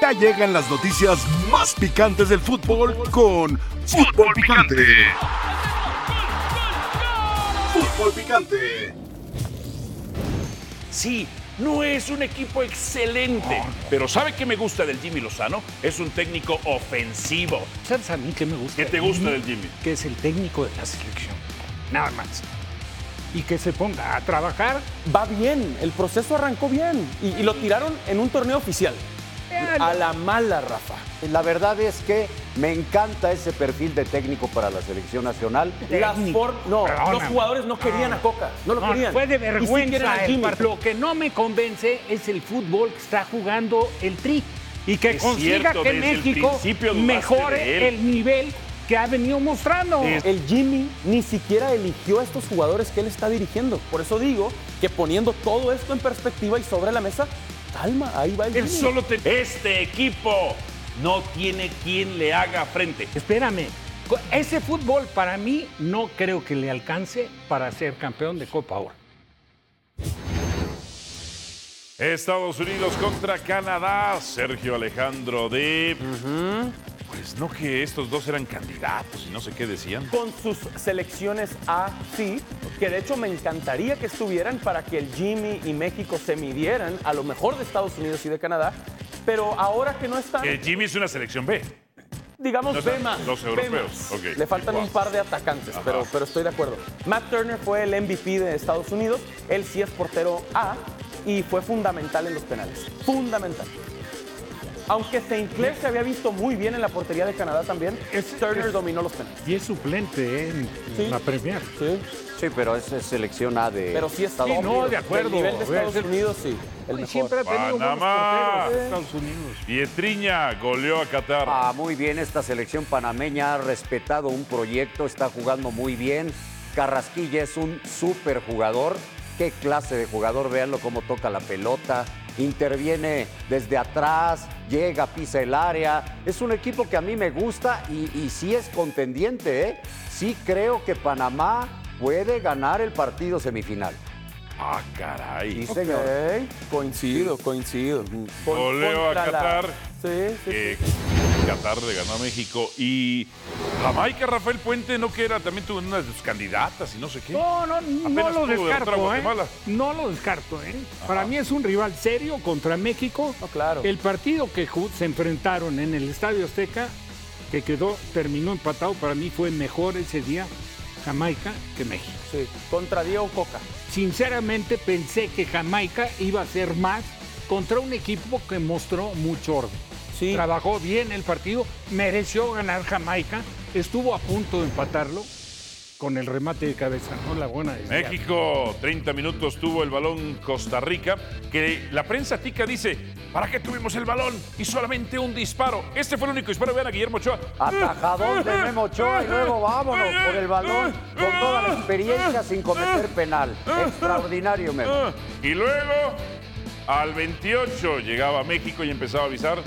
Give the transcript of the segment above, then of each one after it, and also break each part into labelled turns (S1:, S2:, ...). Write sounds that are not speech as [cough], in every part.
S1: Ya llegan las noticias más picantes del fútbol con Fútbol Picante. Fútbol Picante.
S2: Sí, no es un equipo excelente, pero ¿sabe qué me gusta del Jimmy Lozano? Es un técnico ofensivo.
S3: ¿Sabes a mí qué me gusta?
S2: ¿Qué te gusta del Jimmy?
S3: Que es el técnico de la selección. Nada más. Y que se ponga a trabajar.
S4: Va bien, el proceso arrancó bien y, y lo tiraron en un torneo oficial. A la mala, Rafa.
S5: La verdad es que me encanta ese perfil de técnico para la selección nacional.
S4: Las
S3: Técnico.
S4: for- no,
S3: Perdóname.
S4: los jugadores no querían
S2: Ah.
S4: a Coca, no lo
S3: Ah. No,
S4: querían.
S3: fue de
S4: Y sí quieren
S3: vergüenza.
S4: al
S3: el
S4: Jimmy.
S3: partido. lo que no me convence es el fútbol que está jugando el Tri. Y que
S2: Es
S3: consiga
S2: cierto,
S3: que
S2: desde el
S3: México
S2: principio dudaste de él.
S3: mejore el nivel que ha venido mostrando.
S2: Es-
S4: El Jimmy ni siquiera eligió a estos jugadores que él está dirigiendo. Por eso digo que poniendo todo esto en perspectiva y sobre la mesa, calma, ahí va el
S2: Él
S4: Jimmy.
S2: solo te- Este equipo no tiene quien le haga frente.
S3: Espérame. co- Ese fútbol para mí no creo que le alcance para ser campeón de Copa Oro.
S2: Estados Unidos contra Canadá. Sergio Alejandro de... Pues no que estos dos eran candidatos y no sé qué decían.
S4: con sus selecciones así, que de hecho me encantaría que estuvieran para que el Jimmy y México se midieran a lo mejor de Estados Unidos y de Canadá, pero ahora que no están,
S2: Que Jimmy es una selección B.
S4: digamos,
S2: no
S4: no
S2: están los europeos, ok.
S4: Le faltan un par de atacantes, pero, pero estoy de acuerdo. Matt Turner fue el MVP de Estados Unidos, él sí es portero A y fue fundamental en los penales, fundamental. Aunque Sinclair se había visto muy bien en la portería de Canadá también,
S3: Es-
S4: Turner
S3: es-
S4: dominó los penales.
S3: Y es suplente ¿eh? en
S4: Sí.
S3: la Premier.
S4: Sí.
S5: Sí, pero esa es selección A de
S4: Pero sí Estados
S3: Sí, no,
S4: Unidos.
S3: de acuerdo.
S4: El nivel de Estados
S3: Es el-
S4: Unidos, sí. El mejor.
S3: Siempre ha tenido buenos
S2: Panamá.
S3: porteros ¿eh? Estados Unidos.
S2: Pietriña goleó a Qatar.
S5: Ah, muy bien, esta selección panameña ha respetado un proyecto, está jugando muy bien. Carrasquilla es un súper jugador. Qué clase de jugador, véanlo cómo toca la pelota, interviene desde atrás, llega, pisa el área. Es un equipo que a mí me gusta y, y sí es contendiente, ¿eh? Sí creo que Panamá puede ganar el partido semifinal.
S2: Ah, caray.
S5: Sí,
S4: Ok,
S5: señor.
S4: Coincido, coincido. Con-
S2: Goleo a
S4: contra la-
S2: Qatar.
S4: Sí, sí.
S2: Eh, Qatar le ganó a México y Jamaica, Rafael Puente, no que era también tuvo una de sus candidatas y no sé qué.
S3: No, no, no
S2: Apenas
S3: lo
S2: pudo derrotar a
S3: descarto, ¿eh?
S2: Guatemala.
S3: No lo descarto, ¿eh? Para mí es un rival serio contra México.
S4: No, claro.
S3: El partido que ju- se enfrentaron en el Estadio Azteca, que quedó, terminó empatado, para mí fue mejor ese día Jamaica que México.
S4: sí. Contra Diego Coca.
S3: Sinceramente pensé que Jamaica iba a ser más contra un equipo que mostró mucho orden.
S4: Sí.
S3: Trabajó bien el partido, mereció ganar Jamaica, estuvo a punto de empatarlo con el remate de cabeza, ¿no? La buena desviada.
S2: México, 30 minutos tuvo el balón Costa Rica, que la prensa tica dice, ¿para qué tuvimos el balón? Y solamente un disparo. Este fue el único disparo, vean a Guillermo Ochoa.
S5: Atajadón de Memo Ochoa y luego vámonos por el balón con toda la experiencia sin cometer penal. Extraordinario, Memo.
S2: Ah, Y luego, al 28 llegaba a México y empezaba a avisar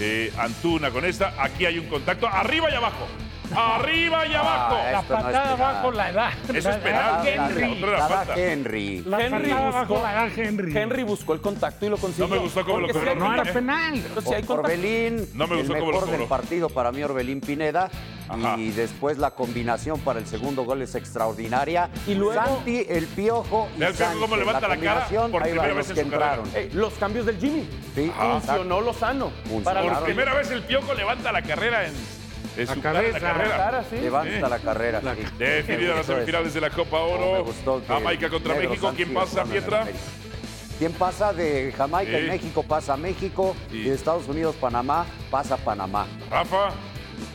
S2: eh, Antuna con esta. Aquí hay un contacto, arriba y abajo. Arriba y abajo.
S5: Ah,
S3: La
S5: Esto no es
S3: patada
S5: penal.
S3: abajo la edad.
S2: Eso es penal.
S5: La-
S3: Henry.
S2: Otra era
S5: la
S2: falta.
S5: da Henry.
S3: La
S4: Henry
S3: patada abajo
S4: buscó-
S3: la edad, Henry.
S4: Henry buscó el contacto y lo consiguió.
S2: No me gustó cómo lo
S4: Porque sí
S2: cobró,
S4: hay
S3: No
S2: Henry,
S3: era
S2: ¿eh?
S4: contacto.
S3: penal.
S4: Entonces, sí hay contacto.
S5: Orbelín,
S2: No me
S5: el
S2: gustó cómo lo
S5: mejor del
S2: cobró.
S5: partido para mí, Orbelín Pineda.
S2: Ajá.
S5: Y después la combinación para el segundo gol es extraordinaria.
S4: Y luego-
S5: Santi, el piojo y
S2: Vean cómo
S5: Sánchez.
S2: levanta la cara
S5: combinación,
S2: por
S5: ahí va,
S2: primera
S5: los
S2: vez en
S5: que
S2: su carrera.
S5: entraron.
S4: Eh, los cambios del Jimmy.
S5: Sí, exacto.
S4: Funcionó Lozano.
S5: Funcionó.
S4: Para
S2: Por
S5: Claro.
S2: primera vez el Piojo levanta la carrera en, en
S3: La
S2: su
S3: cabeza.
S2: La carrera.
S4: Cara, sí.
S5: Levanta la carrera.
S3: La-
S5: sí.
S2: Definida las
S5: Eso es.
S2: semifinales de la Copa
S5: No, me
S2: Oro.
S5: gustó que
S2: Jamaica contra
S5: Negro
S2: México. ¿Quién
S5: Sánchez
S2: pasa,
S5: gana en
S2: Pietra?
S5: América. ¿Quién pasa de Jamaica
S2: Sí.
S5: y México? Pasa a México.
S2: Sí.
S5: Y de Estados Unidos, Panamá, pasa a Panamá.
S2: Rafa.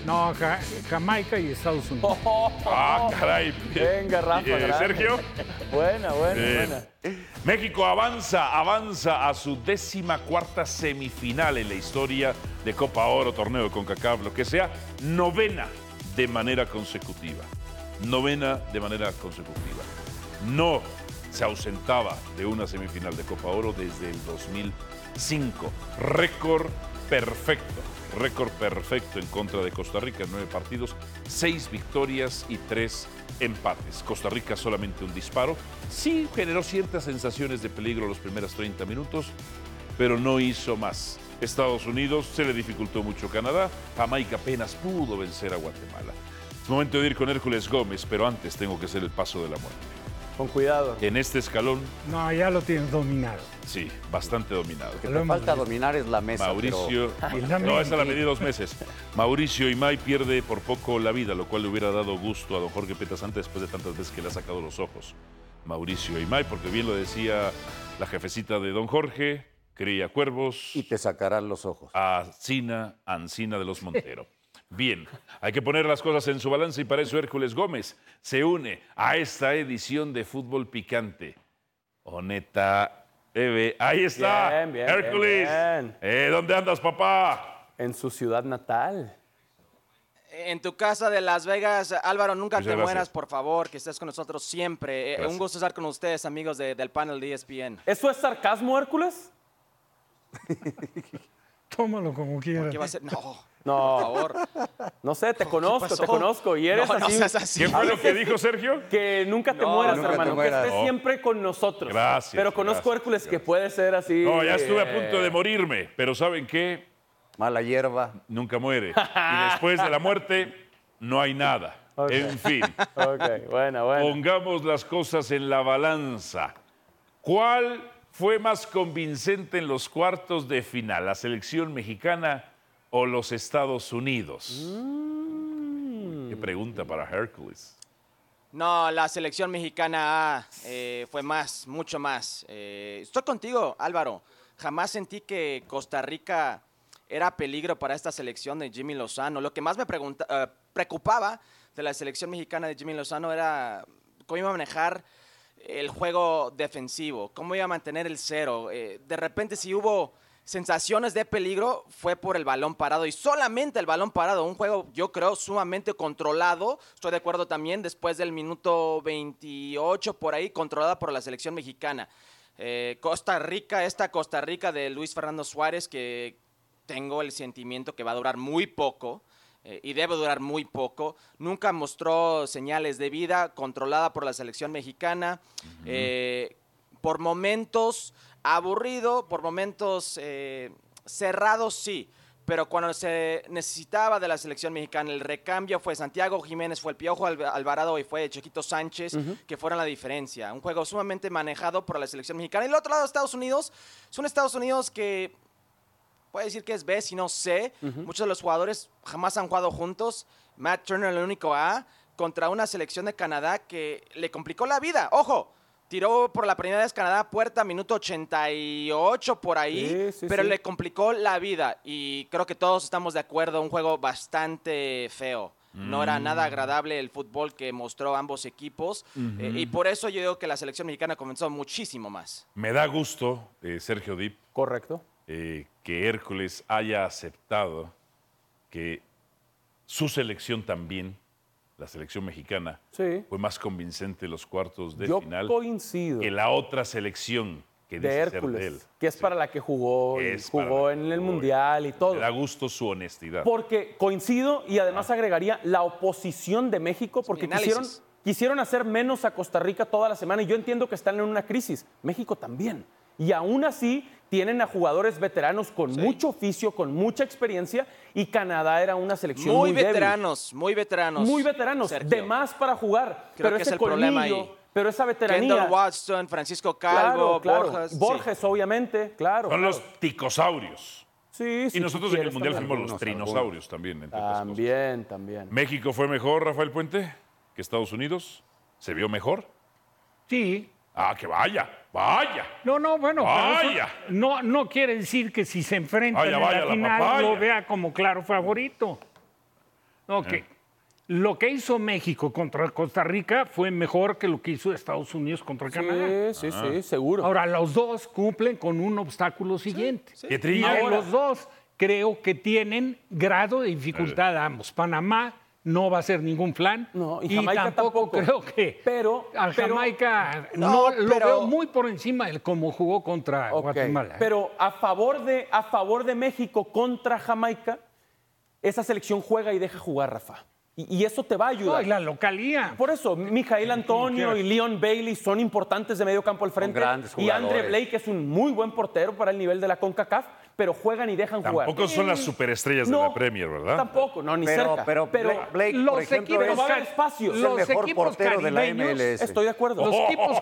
S3: No, Ja- Jamaica y Estados Unidos.
S4: Oh, oh,
S2: [laughs]
S4: oh.
S2: Ah, caray.
S4: Venga, Rafa.
S2: Eh,
S4: grande.
S2: Sergio.
S4: [laughs] Buena, buena,
S2: Eh,
S4: buena.
S2: México avanza, avanza a su décima cuarta semifinal en la historia de Copa Oro, torneo con CACAF, lo que sea, novena de manera consecutiva. Novena de manera consecutiva. No se ausentaba de una semifinal de Copa Oro desde el 2005. Récord perfecto, récord perfecto en contra de Costa Rica en nueve partidos, seis victorias y tres empates. Costa Rica solamente un disparo. Sí generó ciertas sensaciones de peligro los primeros 30 minutos, pero no hizo más. Estados Unidos se le dificultó mucho Canadá. Jamaica apenas pudo vencer a Guatemala. Es momento de ir con Hércules Gómez, pero antes tengo que hacer el paso de la muerte.
S4: Con cuidado.
S2: En este escalón,
S6: No, ya lo tienes dominado.
S2: sí, bastante dominado.
S6: Lo
S5: Lo
S6: hemos
S5: falta
S6: visto.
S5: dominar es la mesa.
S2: Mauricio.
S5: [laughs]
S6: pero- Dame
S2: No, esa la
S6: un-
S2: medí dos meses. Mauricio Imay pierde por poco la vida, lo cual le hubiera dado gusto a don Jorge Petasante después de tantas veces que le ha sacado los ojos. Mauricio Imay, porque bien lo decía la jefecita de don Jorge, cría cuervos
S5: pero- Y te sacarán los ojos.
S2: a Sina Ancina de los Montero. Bien, hay que poner las cosas en su balance y para eso Hércules Gómez se une a esta edición de Fútbol Picante. Oneta TV. Ahí está.
S4: Bien, bien,
S2: Hércules.
S4: bien, bien.
S2: Eh, ¿Dónde andas, papá?
S4: En su ciudad natal.
S7: En tu casa de Las Vegas, Álvaro, nunca
S2: Muchas
S7: te
S2: gracias.
S7: mueras, por favor, que estés con nosotros siempre. Eh,
S2: Gracias.
S7: un gusto estar con ustedes, amigos de- del panel de E ESPN.
S4: ¿Eso es sarcasmo, Hércules?
S6: Tómalo como quieras.
S7: ¿Qué va a ser? No, por
S4: No,
S7: favor.
S4: no sé, te
S7: [laughs] ¿Qué
S4: conozco, te
S7: pasó?
S4: conozco. Y eres
S7: No, no
S4: así,
S7: seas así.
S2: ¿Qué fue lo que dijo Sergio?
S4: Que nunca te
S7: No,
S4: mueras,
S5: nunca te
S4: hermano.
S5: mueras.
S4: Que estés
S2: No.
S4: siempre con nosotros.
S2: Gracias,
S4: Pero conozco
S2: gracias,
S4: a Hércules que
S2: gracias.
S4: puede ser así.
S2: No, ya estuve a
S4: eh,
S2: punto de morirme, pero ¿saben qué?
S5: Mala hierba.
S2: Nunca
S4: [laughs]
S2: muere. Y después de la muerte, no hay nada.
S4: Ok.
S2: En fin,
S4: Ok, bueno, bueno.
S2: pongamos las cosas en la balanza. ¿Cuál fue más convincente en los cuartos de final, la selección mexicana o los Estados Unidos?
S4: Mm.
S2: Qué pregunta para Hércules.
S7: No, la selección mexicana ah, eh, fue más, mucho más. Eh, estoy contigo, Álvaro. Jamás sentí que Costa Rica era peligro para esta selección de Jimmy Lozano. Lo que más me pregunta- eh, preocupaba de la selección mexicana de Jimmy Lozano era cómo iba a manejar el juego defensivo, cómo iba a mantener el cero. Eh, de repente si hubo sensaciones de peligro fue por el balón parado y solamente el balón parado, un juego yo creo sumamente controlado, estoy de acuerdo también, después del minuto 28 por ahí, controlada por la selección mexicana. Eh, Costa Rica, esta Costa Rica de Luis Fernando Suárez que tengo el sentimiento que va a durar muy poco eh, y debe durar muy poco. Nunca mostró señales de vida, controlada por la selección mexicana. eh, por momentos aburrido, por momentos eh, cerrado, sí. Pero cuando se necesitaba de la selección mexicana, el recambio fue Santiago Jiménez, fue el Piojo Alv- Alvarado y fue Chiquito Sánchez, que fueron la diferencia. Un juego sumamente manejado por la selección mexicana. Y el otro lado, Estados Unidos, es un Estados Unidos que puede decir que es B, si no C. Muchos de los jugadores jamás han jugado juntos. Matt Turner, el único A, contra una selección de Canadá que le complicó la vida. Ojo, tiró por la primera vez Canadá a puerta, minuto 88 por ahí,
S4: Sí, sí,
S7: pero
S4: sí.
S7: le complicó la vida. Y creo que todos estamos de acuerdo, un juego bastante feo. No era
S4: Mm.
S7: nada agradable el fútbol que mostró ambos equipos. eh, y por eso yo digo que la selección mexicana comenzó muchísimo más.
S2: Me da gusto, eh, Sergio Dip,
S4: Correcto.
S2: eh, que Hércules haya aceptado que su selección también, la selección mexicana,
S4: Sí.
S2: fue más convincente en los cuartos de
S4: Yo
S2: final
S4: coincido.
S2: que la otra selección que dice
S4: de
S2: ser de él.
S4: Hércules, que es para la que jugó, y
S2: Es para
S4: jugó
S2: la que
S4: en el
S2: jugó.
S4: Mundial y todo.
S2: Me da gusto su honestidad.
S4: Porque coincido y además
S2: Ah.
S4: agregaría la oposición de México, porque
S7: mi
S4: quisieron,
S7: análisis.
S4: quisieron hacer menos a Costa Rica toda la semana y yo entiendo que están en una crisis. México también. Y aún así tienen a jugadores veteranos con mucho oficio, con mucha experiencia y Canadá era una selección muy,
S7: Muy,
S4: débil.
S7: veteranos, muy veteranos.
S4: Muy veteranos, de
S7: Sergio.
S4: más para jugar.
S7: Creo
S4: pero
S7: que es
S4: ese
S7: el problema
S4: colmillo,
S7: ahí.
S4: pero esa veteranía.
S7: Kendall Watson, Francisco Calvo,
S4: claro, claro.
S7: Borges. sí.
S4: obviamente, claro.
S2: Son
S4: claro.
S2: los ticosaurios.
S4: Sí, sí,
S2: Y nosotros
S4: si
S2: en el
S4: quieres,
S2: Mundial
S4: también.
S2: fuimos los
S5: Algunos,
S2: trinosaurios también, ¿eh? entre otras cosas.
S4: También, también.
S2: ¿México fue mejor, Rafael Puente, que Estados Unidos? ¿Se vio mejor?
S6: Sí.
S2: Ah, que vaya, vaya.
S6: No, no, bueno. pero eso
S2: Vaya.
S6: No, no quiere decir que si se enfrentan
S2: Vaya,
S6: en
S2: vaya,
S6: la
S2: la
S6: final
S2: papaya.
S6: lo vea como claro favorito. No, que Lo que hizo México contra Costa Rica fue mejor que lo que hizo Estados Unidos contra Canadá.
S4: Sí, sí,
S7: Ah.
S4: sí, seguro.
S6: Ahora, los dos cumplen con un obstáculo siguiente.
S2: Qué
S6: Y
S2: triste.
S6: de
S2: Ahora,
S6: los dos creo que tienen grado de
S7: Eh.
S6: dificultad ambos. Panamá no va a ser ningún plan.
S4: No, y Jamaica tampoco.
S6: creo que.
S4: Pero-
S6: a
S4: pero- eh.
S6: Jamaica
S7: No,
S6: no, lo
S7: pero-
S6: veo muy por encima de cómo jugó contra
S4: Ok,
S6: Guatemala. ¿eh?
S4: Pero a favor, de, a favor de México contra Jamaica, esa selección juega y deja jugar, Rafa. Y, y eso te va a
S6: No,
S4: ayudar.
S6: y la localía.
S4: Por eso, Mijael Antonio y Leon Bailey son importantes de medio campo al frente.
S5: grandes
S4: y Andre
S5: jugadores.
S4: Blake es un muy buen portero para el nivel de la CONCACAF. pero juegan y dejan jugar.
S2: Tampoco son las superestrellas de
S4: No,
S2: la Premier, ¿verdad?
S4: Tampoco, no, ni
S5: Pero-
S4: cerca.
S5: pero Blake- Blake,
S4: los
S5: por ejemplo,
S4: equipos
S5: es-
S4: no va a haber espacios.
S5: es el mejor
S3: equipos
S5: portero de la
S3: caribeños,
S5: MLS.
S4: Estoy de acuerdo.
S3: Los
S2: [laughs]
S3: equipos,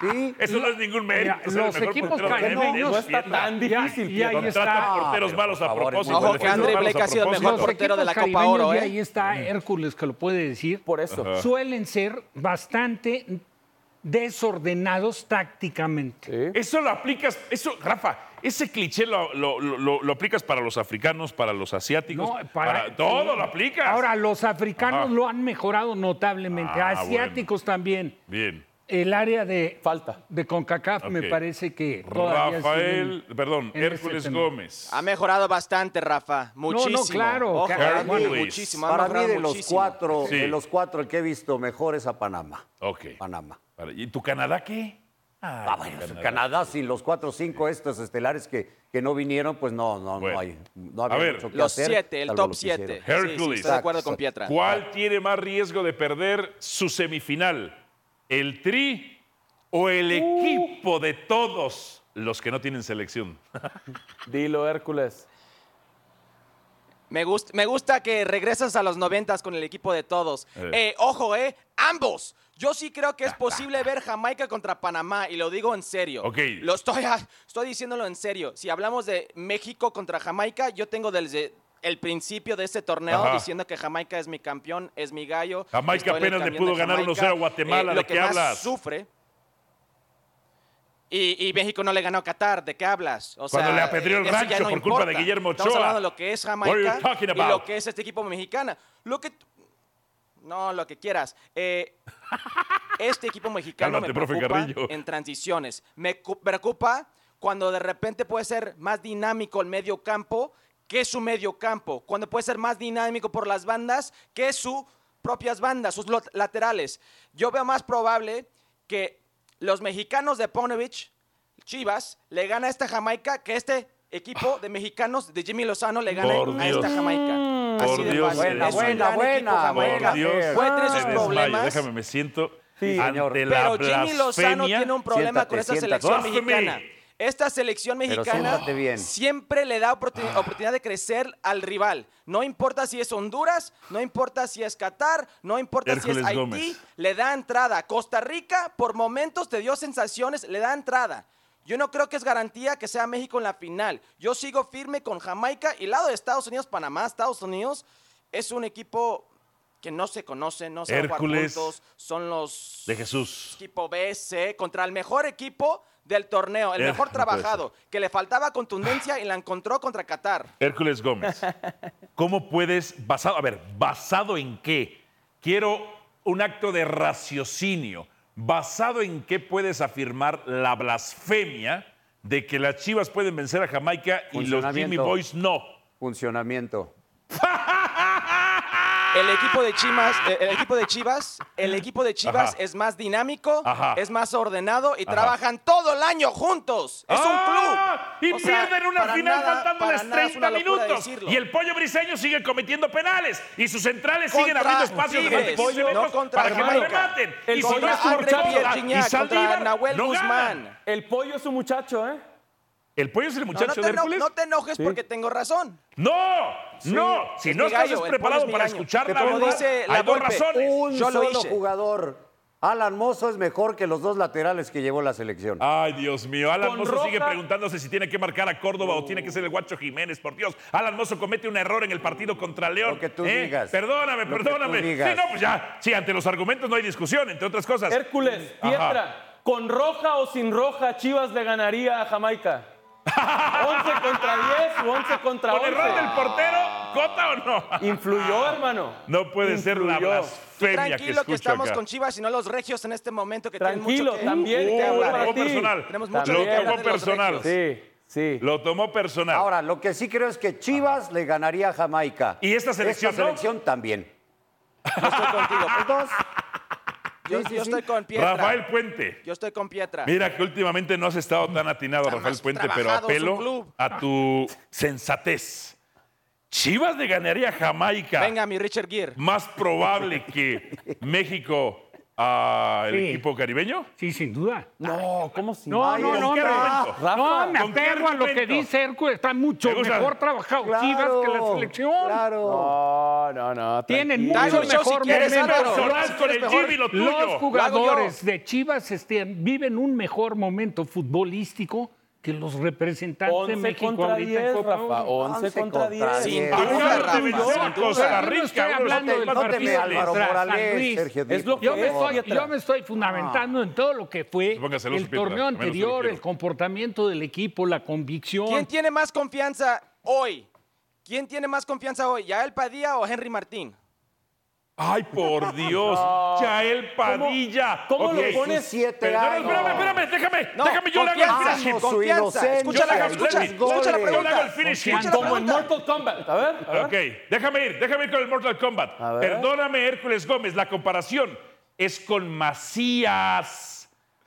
S5: Sí,
S2: Oh, Eso no es ningún mérito.
S3: Mira,
S2: ser el
S3: los
S2: mejor
S3: equipos
S2: portero de la
S3: caribeños-
S2: MLS,
S4: no está
S2: Pierna.
S4: tan
S6: Ya-
S4: difícil.
S6: y ahí
S4: Pierre.
S2: Contratan
S5: está.
S2: porteros
S5: Pero,
S2: malos a
S5: por favor,
S2: propósito.
S5: ojo,
S2: les
S5: que
S2: hacen
S5: Andre
S2: malos a
S7: Blake ha sido el
S2: propósito.
S7: mejor
S3: los
S7: portero de la
S3: equipos
S7: Copa
S3: caribeños,
S7: Oro,
S3: y
S7: ¿eh?
S3: ahí está Hércules que lo puede decir.
S4: Por eso. Ajá.
S3: Suelen ser bastante desordenados tácticamente.
S2: Eso lo aplicas, eso, Rafa, ese cliché lo, lo- lo- lo aplicas para los africanos, para los asiáticos,
S3: No,
S2: para,
S3: para-
S2: todo lo aplicas.
S3: Ahora, los africanos
S2: Ajá.
S3: lo han mejorado notablemente,
S2: Ah,
S3: asiáticos también.
S2: Bien.
S3: El área de,
S4: Falta.
S3: de CONCACAF me
S2: Ok.
S3: parece que todavía
S2: Rafael,
S3: siguen
S2: perdón,
S3: en ese
S2: Hércules
S3: tema.
S2: Gómez.
S7: Ha mejorado bastante, Rafa. Muchísimo.
S3: claro,
S7: Ojo,
S3: claro.
S7: ha mejorado
S2: Luis.
S7: muchísimo. ha
S5: para mí
S7: mejorado
S5: de los
S7: muchísimo.
S5: cuatro,
S2: Sí.
S5: de los cuatro, el que he visto mejor es a Panamá.
S2: Ok.
S5: Panamá.
S2: Vale, ¿Y tu Canadá qué? Ah,
S5: Ah, bueno, Canadá. sin los cuatro o cinco estos estelares que, que no vinieron, pues no, no,
S2: Bueno.
S5: no hay. No
S2: A
S5: había
S2: ver.
S5: mucho que
S7: Los
S5: hacer,
S7: siete, el
S5: salvo
S7: top
S5: lo que hicieron.
S7: siete. Sí,
S2: Hércules.
S7: sí, estoy de acuerdo con Pietra.
S2: ¿Cuál tiene más riesgo de perder su semifinal? ¿El Tri o
S7: Uh.
S2: el equipo de todos los que no tienen selección?
S4: [laughs] Dilo, Hércules.
S7: Me, gust- me gusta que regresas a los noventas con el equipo de todos.
S2: Eh.
S7: Eh, ojo, ¿eh? Ambos. Yo sí creo que es posible ver Jamaica contra Panamá y lo digo en serio.
S2: Ok.
S7: Lo estoy, estoy diciéndolo en serio. Si hablamos de México contra Jamaica, yo tengo desde el principio de este torneo
S2: Ajá.
S7: diciendo que Jamaica es mi campeón, es mi gallo.
S2: Jamaica
S7: estoy en el
S2: apenas le
S7: camión
S2: pudo
S7: de
S2: ganar
S7: Jamaica. Eh,
S2: 1-0 a Guatemala,
S7: lo
S2: ¿de
S7: que
S2: qué
S7: más
S2: hablas?
S7: sufre. Y, y México no le ganó a Qatar, ¿de qué hablas? O
S2: Cuando le apedreó el
S7: eso ya
S2: rancho por culpa de Guillermo
S7: Estamos
S2: Ochoa.
S7: hablando de lo que es
S2: What are
S7: Jamaica
S2: you talking
S7: y
S2: about?
S7: lo que es este equipo mexicana. Lo que no, lo que quieras. Eh, este equipo mexicano
S2: Cálmate,
S7: me
S2: profe
S7: preocupa
S2: Carrillo.
S7: en transiciones. Me cu- preocupa cuando de repente puede ser más dinámico el medio campo que su medio campo. Cuando puede ser más dinámico por las bandas que sus propias bandas, sus lot- laterales. Yo veo más probable que los mexicanos de Ponovich, Chivas, le gana a esta Jamaica que este equipo de mexicanos de Jimmy Lozano le gane
S2: Por
S7: a esta
S2: Dios.
S7: Jamaica. Mm, Así
S2: Por
S7: de
S2: Dios,
S7: fácil.
S2: Buena,
S7: Es un
S5: buena,
S7: gran equipo
S5: buena,
S7: Jamaica.
S2: Por Dios,
S7: Puede tener sus
S2: me desmayo.
S7: problemas.
S2: Déjame, me siento
S4: Sí,
S2: ante
S5: señor.
S2: la
S7: Pero Jimmy Lozano
S2: blasfemia.
S7: tiene un problema
S5: Siéntate,
S7: con esta
S5: siéntate.
S7: selección
S2: Blasphemy.
S7: mexicana. Esta selección
S5: Pero
S7: mexicana
S5: siéntate bien.
S7: siempre le da oportuni- oportunidad de crecer al rival. No importa si es Honduras, no importa si es Qatar, no importa si
S2: Hércules
S7: es Haití,
S2: Gómez.
S7: le da entrada. Costa Rica, por momentos, te dio sensaciones, le da entrada. Yo no creo que es garantía que sea México en la final. Yo sigo firme con Jamaica y lado de Estados Unidos, Panamá, Estados Unidos es un equipo que no se conoce, no se
S2: Hércules.
S7: juntos, son los
S2: de Jesús.
S7: equipo BC contra el mejor equipo del torneo, el
S2: Eh,
S7: mejor
S2: no puede
S7: trabajado, que le faltaba contundencia y la encontró contra Qatar.
S2: Hércules
S7: [laughs]
S2: Gómez, ¿cómo puedes, basado, a ver, basado en qué? Quiero un acto de raciocinio. ¿Basado en qué puedes afirmar la blasfemia de que las Chivas pueden vencer a Jamaica y los Jimmy
S5: Funcionamiento.
S2: Boys no?
S5: Funcionamiento.
S7: El equipo de Chivas, eh, el equipo de Chivas, el equipo de Chivas
S2: Ajá.
S7: es más dinámico,
S2: Ajá.
S7: es más ordenado y
S2: Ajá.
S7: trabajan todo el año juntos. Es
S2: ¡Ah!
S7: un club.
S2: Y
S7: O sea,
S2: pierden una
S7: para
S2: final
S7: nada- para
S2: faltándoles
S7: nada es
S2: 30
S7: una locura
S2: minutos.
S7: decirlo.
S2: Y el pollo briseño sigue cometiendo penales. Y sus centrales siguen
S7: Contra
S2: abriendo espacios durante
S7: Tigres,
S2: 15
S7: no
S2: metros
S7: contra
S2: para que no
S7: Jamaica.
S2: rematen.
S4: El
S2: y si no
S4: contra
S2: es por
S4: André
S2: Córdoba
S7: Pierre
S2: y
S7: Gignac,
S2: Saldívar,
S7: contra Nahuel
S2: no
S7: Guzmán.
S2: ganan.
S4: El pollo es un muchacho, ¿eh?
S2: ¿El pollo es el
S7: No, no
S2: muchacho
S7: te
S2: de
S7: eno-
S2: Hércules?
S7: no te enojes porque tengo razón.
S2: ¡No! ¡No! Si
S7: es
S2: no
S7: mi
S2: estás
S7: gallo, el
S2: preparado
S7: pollo es mi
S2: para
S7: gallo.
S2: escuchar la
S7: Como
S2: verdad,
S7: dice la
S2: hay dos
S7: Volpe,
S2: razones.
S5: Un
S7: Yo lo
S5: solo
S7: hice.
S5: jugador. Alan Mozo es mejor que los dos laterales que llevó la selección.
S2: Ay, Dios mío. Alan
S4: Con
S2: Mozo sigue
S4: Roja-
S2: preguntándose si tiene que marcar a Córdoba o tiene que ser el Guacho Jiménez, por Dios. Alan Mozo comete un error en el partido contra León.
S5: Lo que tú
S2: ¿eh?
S5: digas.
S2: Perdóname,
S5: Lo que tú
S2: perdóname.
S5: digas.
S2: Sí, no, pues ya. Sí, ante los argumentos no hay discusión, entre otras cosas.
S4: Hércules,
S2: Ajá.
S4: Pietra, con roja o sin roja, Chivas le ganaría
S2: [laughs]
S4: a Jamaica. 11 contra 10 o 11 contra
S2: ¿Con error del
S4: 11.
S2: portero, cota o no? Ah.
S4: Influyó, hermano.
S2: No puede ser la
S4: Influyó.
S7: Tú
S2: blasfemia que
S7: tranquilo que,
S2: escucho
S7: estamos
S2: acá.
S7: con Chivas y no los regios en este momento que
S4: Tranquilo,
S7: tienen mucho que-
S4: también
S7: que
S4: te
S2: Uh,
S4: habla
S7: hablar.
S2: lo tomó
S4: de ti.
S2: personal.
S7: Tenemos
S2: Lo
S7: mucho que hablar
S2: tomó
S7: de los
S2: personal.
S7: regios.
S4: Sí, sí.
S2: Lo tomó personal.
S5: Ahora, lo que sí creo es que Chivas le ganaría a Jamaica.
S2: ¿Y esta selección
S5: Esta
S2: no?
S5: selección también.
S7: Yo estoy contigo.
S4: Pues
S5: Los dos.
S7: Yo,
S5: Sí, sí,
S7: yo
S5: sí.
S7: estoy con Pietra.
S2: Rafael Puente.
S7: Yo estoy con Pietra.
S2: Mira que últimamente no has estado tan atinado, Rafael
S7: más
S2: Puente, pero
S7: trabajado, es un
S2: apelo
S7: club.
S2: a tu sensatez. Chivas le ganaría a Jamaica.
S7: Venga, mi Richard Gere.
S2: Más probable que México al
S3: Sí.
S2: equipo caribeño?
S3: Sí, sin duda.
S4: No, ¿cómo si
S3: No, no,
S2: ¿con
S3: no,
S2: qué
S3: no,
S2: argumento?
S3: no,
S4: Rafa,
S3: me
S2: ¿con qué
S3: apego a lo que
S2: argumento?
S3: dice Hércules. Está mucho
S2: Me gusta.
S3: mejor trabajado Chivas que la selección.
S5: Claro.
S4: No, no, no.
S3: Tienen mucho
S4: tranquilo.
S7: Dale un show si
S3: Ah, mejor
S7: quieres,
S3: momento. Los
S7: Álvaro.
S2: Solás con el Jimmy, lo tuyo.
S3: Los
S7: Lo hago
S3: jugadores de Chivas este, viven un mejor momento futbolístico que los representantes de
S4: 11
S3: México
S4: contra
S3: ahorita en
S4: 10,
S3: Copa
S4: Rafa.
S3: Oro.
S4: 11 contra 10.
S7: Sin
S5: Rafa,
S7: duda,
S2: Acabas de
S7: Rafa,
S2: vencer a
S7: sin duda.
S2: Costa
S3: Yo no estoy
S2: Rica, uno de
S3: hablando
S2: los
S3: del
S2: más
S5: No te me,
S3: partido
S2: difíciles.
S5: Álvaro
S3: Tras San
S5: Morales,
S3: Luis.
S5: Sergio.
S4: Es lo
S5: Diego.
S4: que-
S3: Yo me, estoy,
S4: Pietra.
S3: yo me estoy fundamentando en todo lo que fue
S2: Póngase celoso,
S3: el
S2: Pietra,
S3: torneo
S2: menos uno
S3: anterior,
S2: quiero.
S3: el comportamiento del equipo, la convicción.
S7: ¿Quién tiene más confianza hoy? ¿Quién tiene más confianza hoy? ¿Yael Padilla o Henry Martín?
S2: Ay, por Dios. Yael Padilla.
S4: cómo lo
S2: Ok.
S4: pones?
S5: Siete
S2: Perdóname,
S5: años.
S2: espérame, espérame, déjame,
S7: No,
S2: déjame, yo le hago el
S7: confianza,
S2: finish.
S5: Vamos, su
S7: confianza.
S5: inocencia.
S2: Yo
S7: Escucha la,
S2: le hago el
S7: escucha,
S2: finish.
S7: escucha la
S5: Yo le
S2: Yo le hago el
S7: pregunta.
S2: finish.
S7: Escucha la
S4: Como en
S7: pregunta.
S4: Mortal Kombat. A ver, a ver.
S2: Ok, déjame ir, déjame ir con el Mortal Kombat.
S4: A ver.
S2: Perdóname, Hércules Gómez, la comparación es con Macías.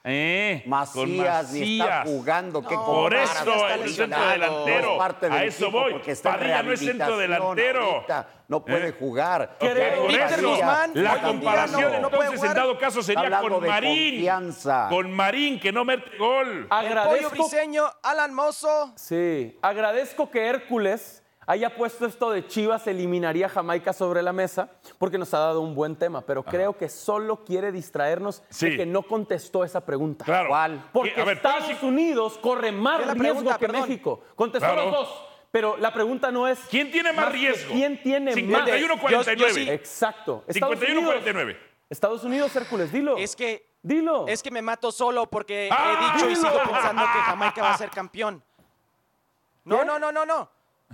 S2: ¿Eh? con
S5: Macías ni está jugando. ¿Qué
S2: Por
S5: comparas?
S2: eso,
S5: Está
S2: el centro
S5: lesionado. No
S2: delantero.
S5: es parte del
S2: a eso
S5: equipo
S2: voy.
S5: porque está en
S2: Padilla no es centro
S5: rehabilitación
S2: delantero.
S5: ahorita, no puede
S2: ¿Eh?
S5: jugar.
S4: Creo-
S5: Ya es
S2: Por
S7: Peter
S2: eso,
S7: Guzmán,
S2: la
S5: está
S2: comparación
S5: cambiando.
S7: no puede
S2: entonces
S7: jugar.
S2: en dado caso sería
S5: hablando
S2: con
S5: de
S2: Marín.
S5: confianza.
S2: Con Marín, que no mete gol.
S7: El pollo
S4: Agradezco
S7: briseño, Alan Mozo.
S4: Sí, agradezco que Hércules haya puesto esto de Chivas eliminaría a Jamaica sobre la mesa, porque nos ha dado un buen tema, pero creo que solo quiere distraernos
S2: Sí.
S4: de que no contestó esa pregunta.
S2: Claro.
S5: ¿Cuál?
S4: Porque
S2: A ver,
S4: Estados
S2: clásico.
S4: Unidos corre
S7: ¿Qué es
S4: más
S7: la
S4: riesgo
S7: pregunta?
S4: que
S7: Perdón.
S4: Contestó Contestó
S2: Claro.
S4: los dos, pero la pregunta no es...
S2: ¿Quién tiene más,
S4: que
S2: riesgo?
S4: ¿Quién tiene más?
S2: 51-49.
S4: Exacto. Estados
S2: 51-49.
S4: Unidos- Estados Unidos, Hércules, dilo.
S7: Es que,
S4: Dilo.
S7: es que me mato solo porque
S2: ¡Ah!
S7: he dicho y sigo pensando que Jamaica va a ser campeón. No, no, no, no, no.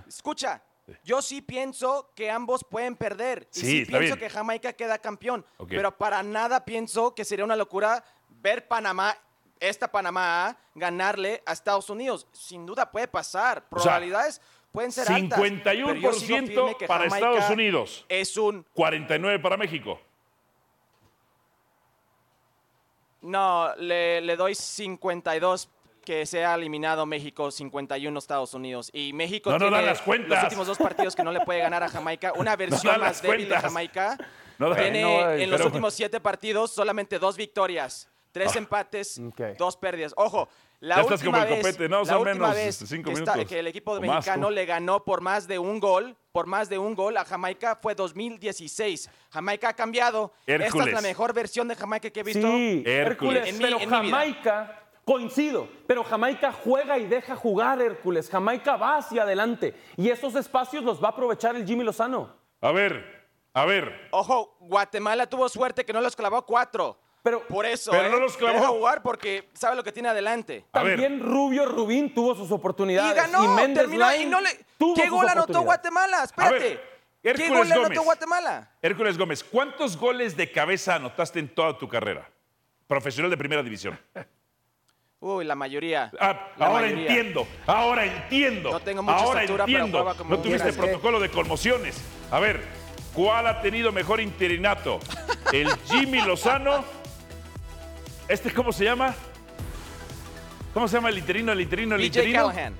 S7: Escucha, yo sí pienso que ambos pueden perder. Y
S2: Sí,
S7: sí,
S2: está
S7: pienso
S2: bien.
S7: que Jamaica queda campeón.
S2: Ok.
S7: Pero para nada pienso que sería una locura ver Panamá, esta Panamá A, ganarle a Estados Unidos. Sin duda puede pasar.
S2: O sea,
S7: Probabilidades pueden ser altas. pero yo sigo
S2: 51%
S7: firme que
S2: para
S7: Jamaica
S2: Estados Unidos.
S7: Es un
S2: 49 para México.
S7: No, le, le doy 52 que sea eliminado México, 51 Estados Unidos. Y México
S2: No, no
S7: tiene
S2: dan las cuentas.
S7: los últimos dos partidos que no le puede ganar a Jamaica.
S2: [laughs]
S7: Una versión
S2: dan
S7: más
S2: las
S7: débil de
S2: cuentas.
S7: Jamaica.
S2: No dan-
S7: tiene
S2: No,
S7: en
S2: pero- Ah,
S7: los últimos siete partidos solamente dos victorias, tres empates,
S4: Ok.
S7: dos pérdidas. Ojo, la
S2: Ya estás
S7: última
S2: como el
S7: vez,
S2: copete, ¿no?
S7: la
S2: Son
S7: última
S2: menos,
S7: vez
S2: este, cinco
S7: que, está-
S2: minutos.
S7: que el equipo
S2: O más,
S7: mexicano
S2: ¿cómo?
S7: le ganó por más de un gol, por más de un gol a Jamaica fue 2016. Jamaica ha cambiado. Esta es la
S2: Hércules.
S7: mejor versión de Jamaica que he visto.
S4: Sí,
S2: Hércules.
S4: Hércules.
S7: En mi-
S4: pero
S7: en mi vida.
S4: Jamaica, coincido, pero Jamaica juega y deja jugar Hércules. Jamaica va hacia adelante y esos espacios los va a aprovechar el Jimmy Lozano.
S2: A ver, a ver.
S7: Ojo, Guatemala tuvo suerte que no los clavó cuatro.
S4: Pero-
S7: por eso,
S2: pero
S7: ¿eh?
S2: no los clavó.
S7: Deja jugar porque sabe lo que tiene adelante.
S2: A ver.
S4: También Rubio Rubín tuvo sus
S7: Y
S4: oportunidades.
S7: ganó,
S4: Méndez
S7: terminó y
S4: Lain
S7: no le.
S4: tuvo
S7: ¿Qué
S4: sus
S7: gol anotó
S4: oportunidades.
S7: Guatemala? Espérate. ¿Qué
S2: Hércules
S7: gol le anotó
S2: Gómez.
S7: Guatemala?
S2: Hércules Gómez, ¿cuántos goles de cabeza anotaste en toda tu carrera? Profesional de primera división.
S7: Uy, la mayoría.
S2: Ah,
S7: La
S2: ahora
S7: mayoría.
S2: entiendo, ahora entiendo.
S7: No tengo mucha
S2: ahora
S7: estatura, pero
S2: entiendo.
S7: jugaba como
S2: no tuviste
S7: quieras. ¿eh?
S2: protocolo de conmociones. A ver, ¿cuál ha tenido mejor interinato? ¿El Jimmy Lozano? ¿Este cómo se llama? ¿Cómo se llama el interino, el interino, el
S7: BJ
S2: interino?
S7: Callahan.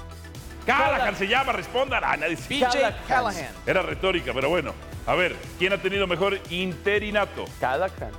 S2: Callahan se llama, respondan. Ah, nadie se-
S7: BJ Callahan.
S2: Era retórica, pero bueno. A ver, ¿quién ha tenido mejor interinato?
S4: Callahan,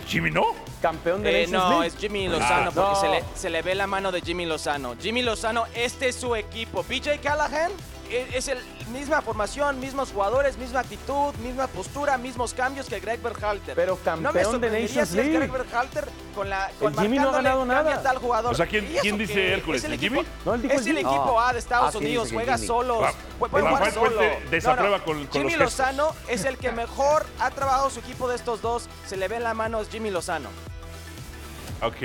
S2: ¿El Jimmy no?
S4: campeón de
S7: Eh,
S4: Nations
S7: no,
S4: League.
S7: es Jimmy Lozano,
S4: Ah,
S7: porque
S4: no.
S7: se, le, se le ve la mano de Jimmy Lozano. Jimmy Lozano, este es su equipo. BJ Callahan eh, es el misma formación, mismos jugadores, misma actitud, misma postura, mismos cambios que Greg Berhalter.
S4: Pero
S7: no me
S4: campeón de
S7: sorprendería
S4: Nations
S7: si es
S4: League.
S7: Greg Berhalter con la con
S4: El Jimmy no ha
S7: marcándole,
S4: ganado
S7: cambia
S4: nada.
S7: tal jugador.
S2: O sea, ¿quién-
S7: ¿Y eso
S2: quién dice
S7: qué?
S2: Hércules?
S7: Es el
S2: ¿El
S7: equipo,
S2: Jimmy?
S4: No, él dijo
S7: es
S4: el
S7: el
S4: Jimmy.
S7: equipo A de
S5: Ah,
S7: Estados
S5: sí,
S7: Unidos,
S5: dice que
S7: juega
S5: Jimmy.
S7: solos,
S2: Ra-
S7: puede puede
S2: Rafael
S7: jugar solo.
S2: Puente desaprueba con- con
S7: Jimmy
S2: los gestos.
S7: Lozano es el que mejor ha trabajado su equipo de estos dos, se le ve en la mano es Jimmy Lozano.
S2: Ok.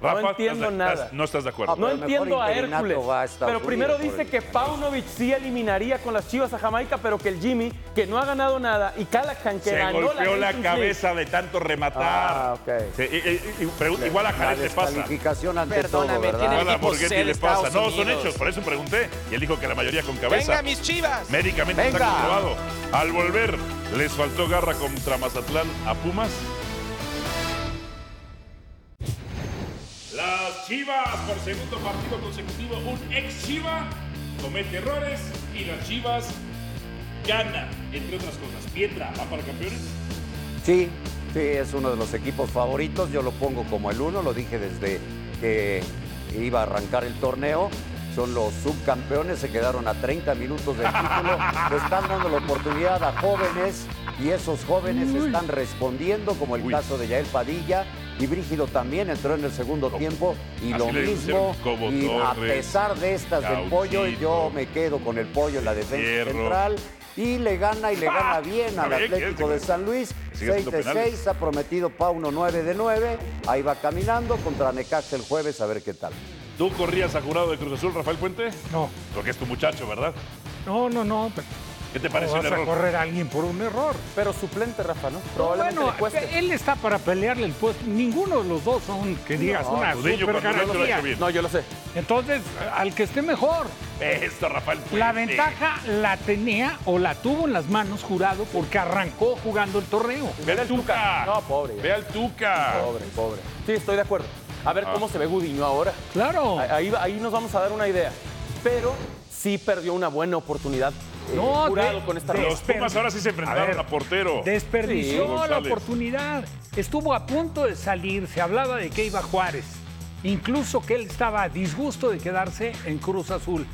S2: Rafa,
S4: No entiendo
S2: ¿estás de-
S4: nada.
S2: estás- no estás de acuerdo.
S5: Ah,
S4: No
S5: Pero el mejor
S4: entiendo a
S5: interinato
S4: Hércules.
S5: va a Estados
S4: Pero primero
S5: Unidos por
S4: dice
S5: el-
S4: que Paunovic sí eliminaría con las chivas a Jamaica, pero que el Jimmy, que no ha ganado nada, y Callahan, que
S2: Se
S4: ganó
S2: golpeó la,
S4: Nations League.
S2: cabeza de tanto rematar.
S4: Ah, ok.
S2: Se- eh, eh, eh, pregun- igual a
S5: La
S2: Jared le pasa.
S5: descalificación ante
S7: Perdóname,
S5: todo,
S7: tiene
S5: ¿verdad?
S2: Igual a
S7: equipo
S2: Borghetti
S7: C de
S2: le pasa.
S7: Estados
S2: No, son
S7: Unidos.
S2: hechos, por eso pregunté. Y él dijo que la mayoría con cabeza.
S7: Venga mis chivas.
S2: Médicamente está
S5: Venga.
S2: comprobado. Al volver, ¿les faltó garra contra Mazatlán a Pumas? Las Chivas, por segundo partido consecutivo, un ex Chiva comete errores y las Chivas gana, entre otras cosas. Piedra, ¿va para campeones?
S5: Sí, Sí, es uno de los equipos favoritos. Yo lo pongo como el uno, lo dije desde que iba a arrancar el torneo. Son los subcampeones, se quedaron a 30 minutos
S2: [laughs]
S5: del título. Le están dando la oportunidad a jóvenes y esos jóvenes están respondiendo, como el
S2: Uy.
S5: caso de Yael Padilla. Y Brígido también entró en el segundo tiempo y
S2: Así
S5: lo
S2: le
S5: mismo.
S2: hicieron Cobo
S5: y a
S2: Torres,
S5: pesar de estas del pollo,
S2: Gauchito,
S5: yo me quedo con el pollo en la defensa
S2: Hierro.
S5: central. Y le gana y le gana bien al
S2: Está bien,
S5: Atlético
S2: que-
S5: de San Luis.
S2: Sigue
S5: 6
S2: haciendo
S5: de
S2: penales.
S5: 6, ha prometido Pauno 9 de 9. Ahí va caminando contra Necaxa el jueves, a ver qué tal.
S2: ¿Tú corrías a jurado de Cruz Azul, Rafael Puente?
S3: No,
S2: Porque es tu muchacho, ¿verdad?
S3: no, no, no. pero
S2: ¿Qué te parece
S3: no
S2: el
S3: vas a
S2: error?
S3: correr a alguien por un error.
S4: Pero suplente, Rafa, ¿no? Probablemente
S3: bueno,
S4: le cueste.
S3: él está para pelearle el puesto. Ninguno de los dos son, que digas, una
S2: Gudiño, cuando lo ha hecho, lo ha
S3: supergarantía.
S2: hecho bien.
S4: No, yo lo sé.
S3: Entonces, al que esté mejor.
S2: Esto, Rafael pues, Puente.
S3: La ventaja la tenía o la tuvo en las manos jurado porque arrancó jugando el torneo.
S2: Ve al Tuca.
S4: No, pobre.
S2: Ve al Tuca. Ah.
S4: Pobre, pobre. Sí, estoy de acuerdo. A ver cómo se ve Gudiño ahora.
S3: Claro.
S4: Ahí, ahí nos vamos a dar una idea. Pero sí perdió una buena oportunidad eh,
S3: No,
S4: jurado
S3: de-
S4: con esta
S3: de-
S2: Los Pumas ahora sí se enfrentaron a,
S3: A ver.
S2: portero.
S3: Desperdició
S2: Sí,
S3: la
S2: González.
S3: oportunidad. Estuvo a punto de salir. Se hablaba de que iba Juárez. Incluso que él estaba a disgusto de quedarse en Cruz Azul.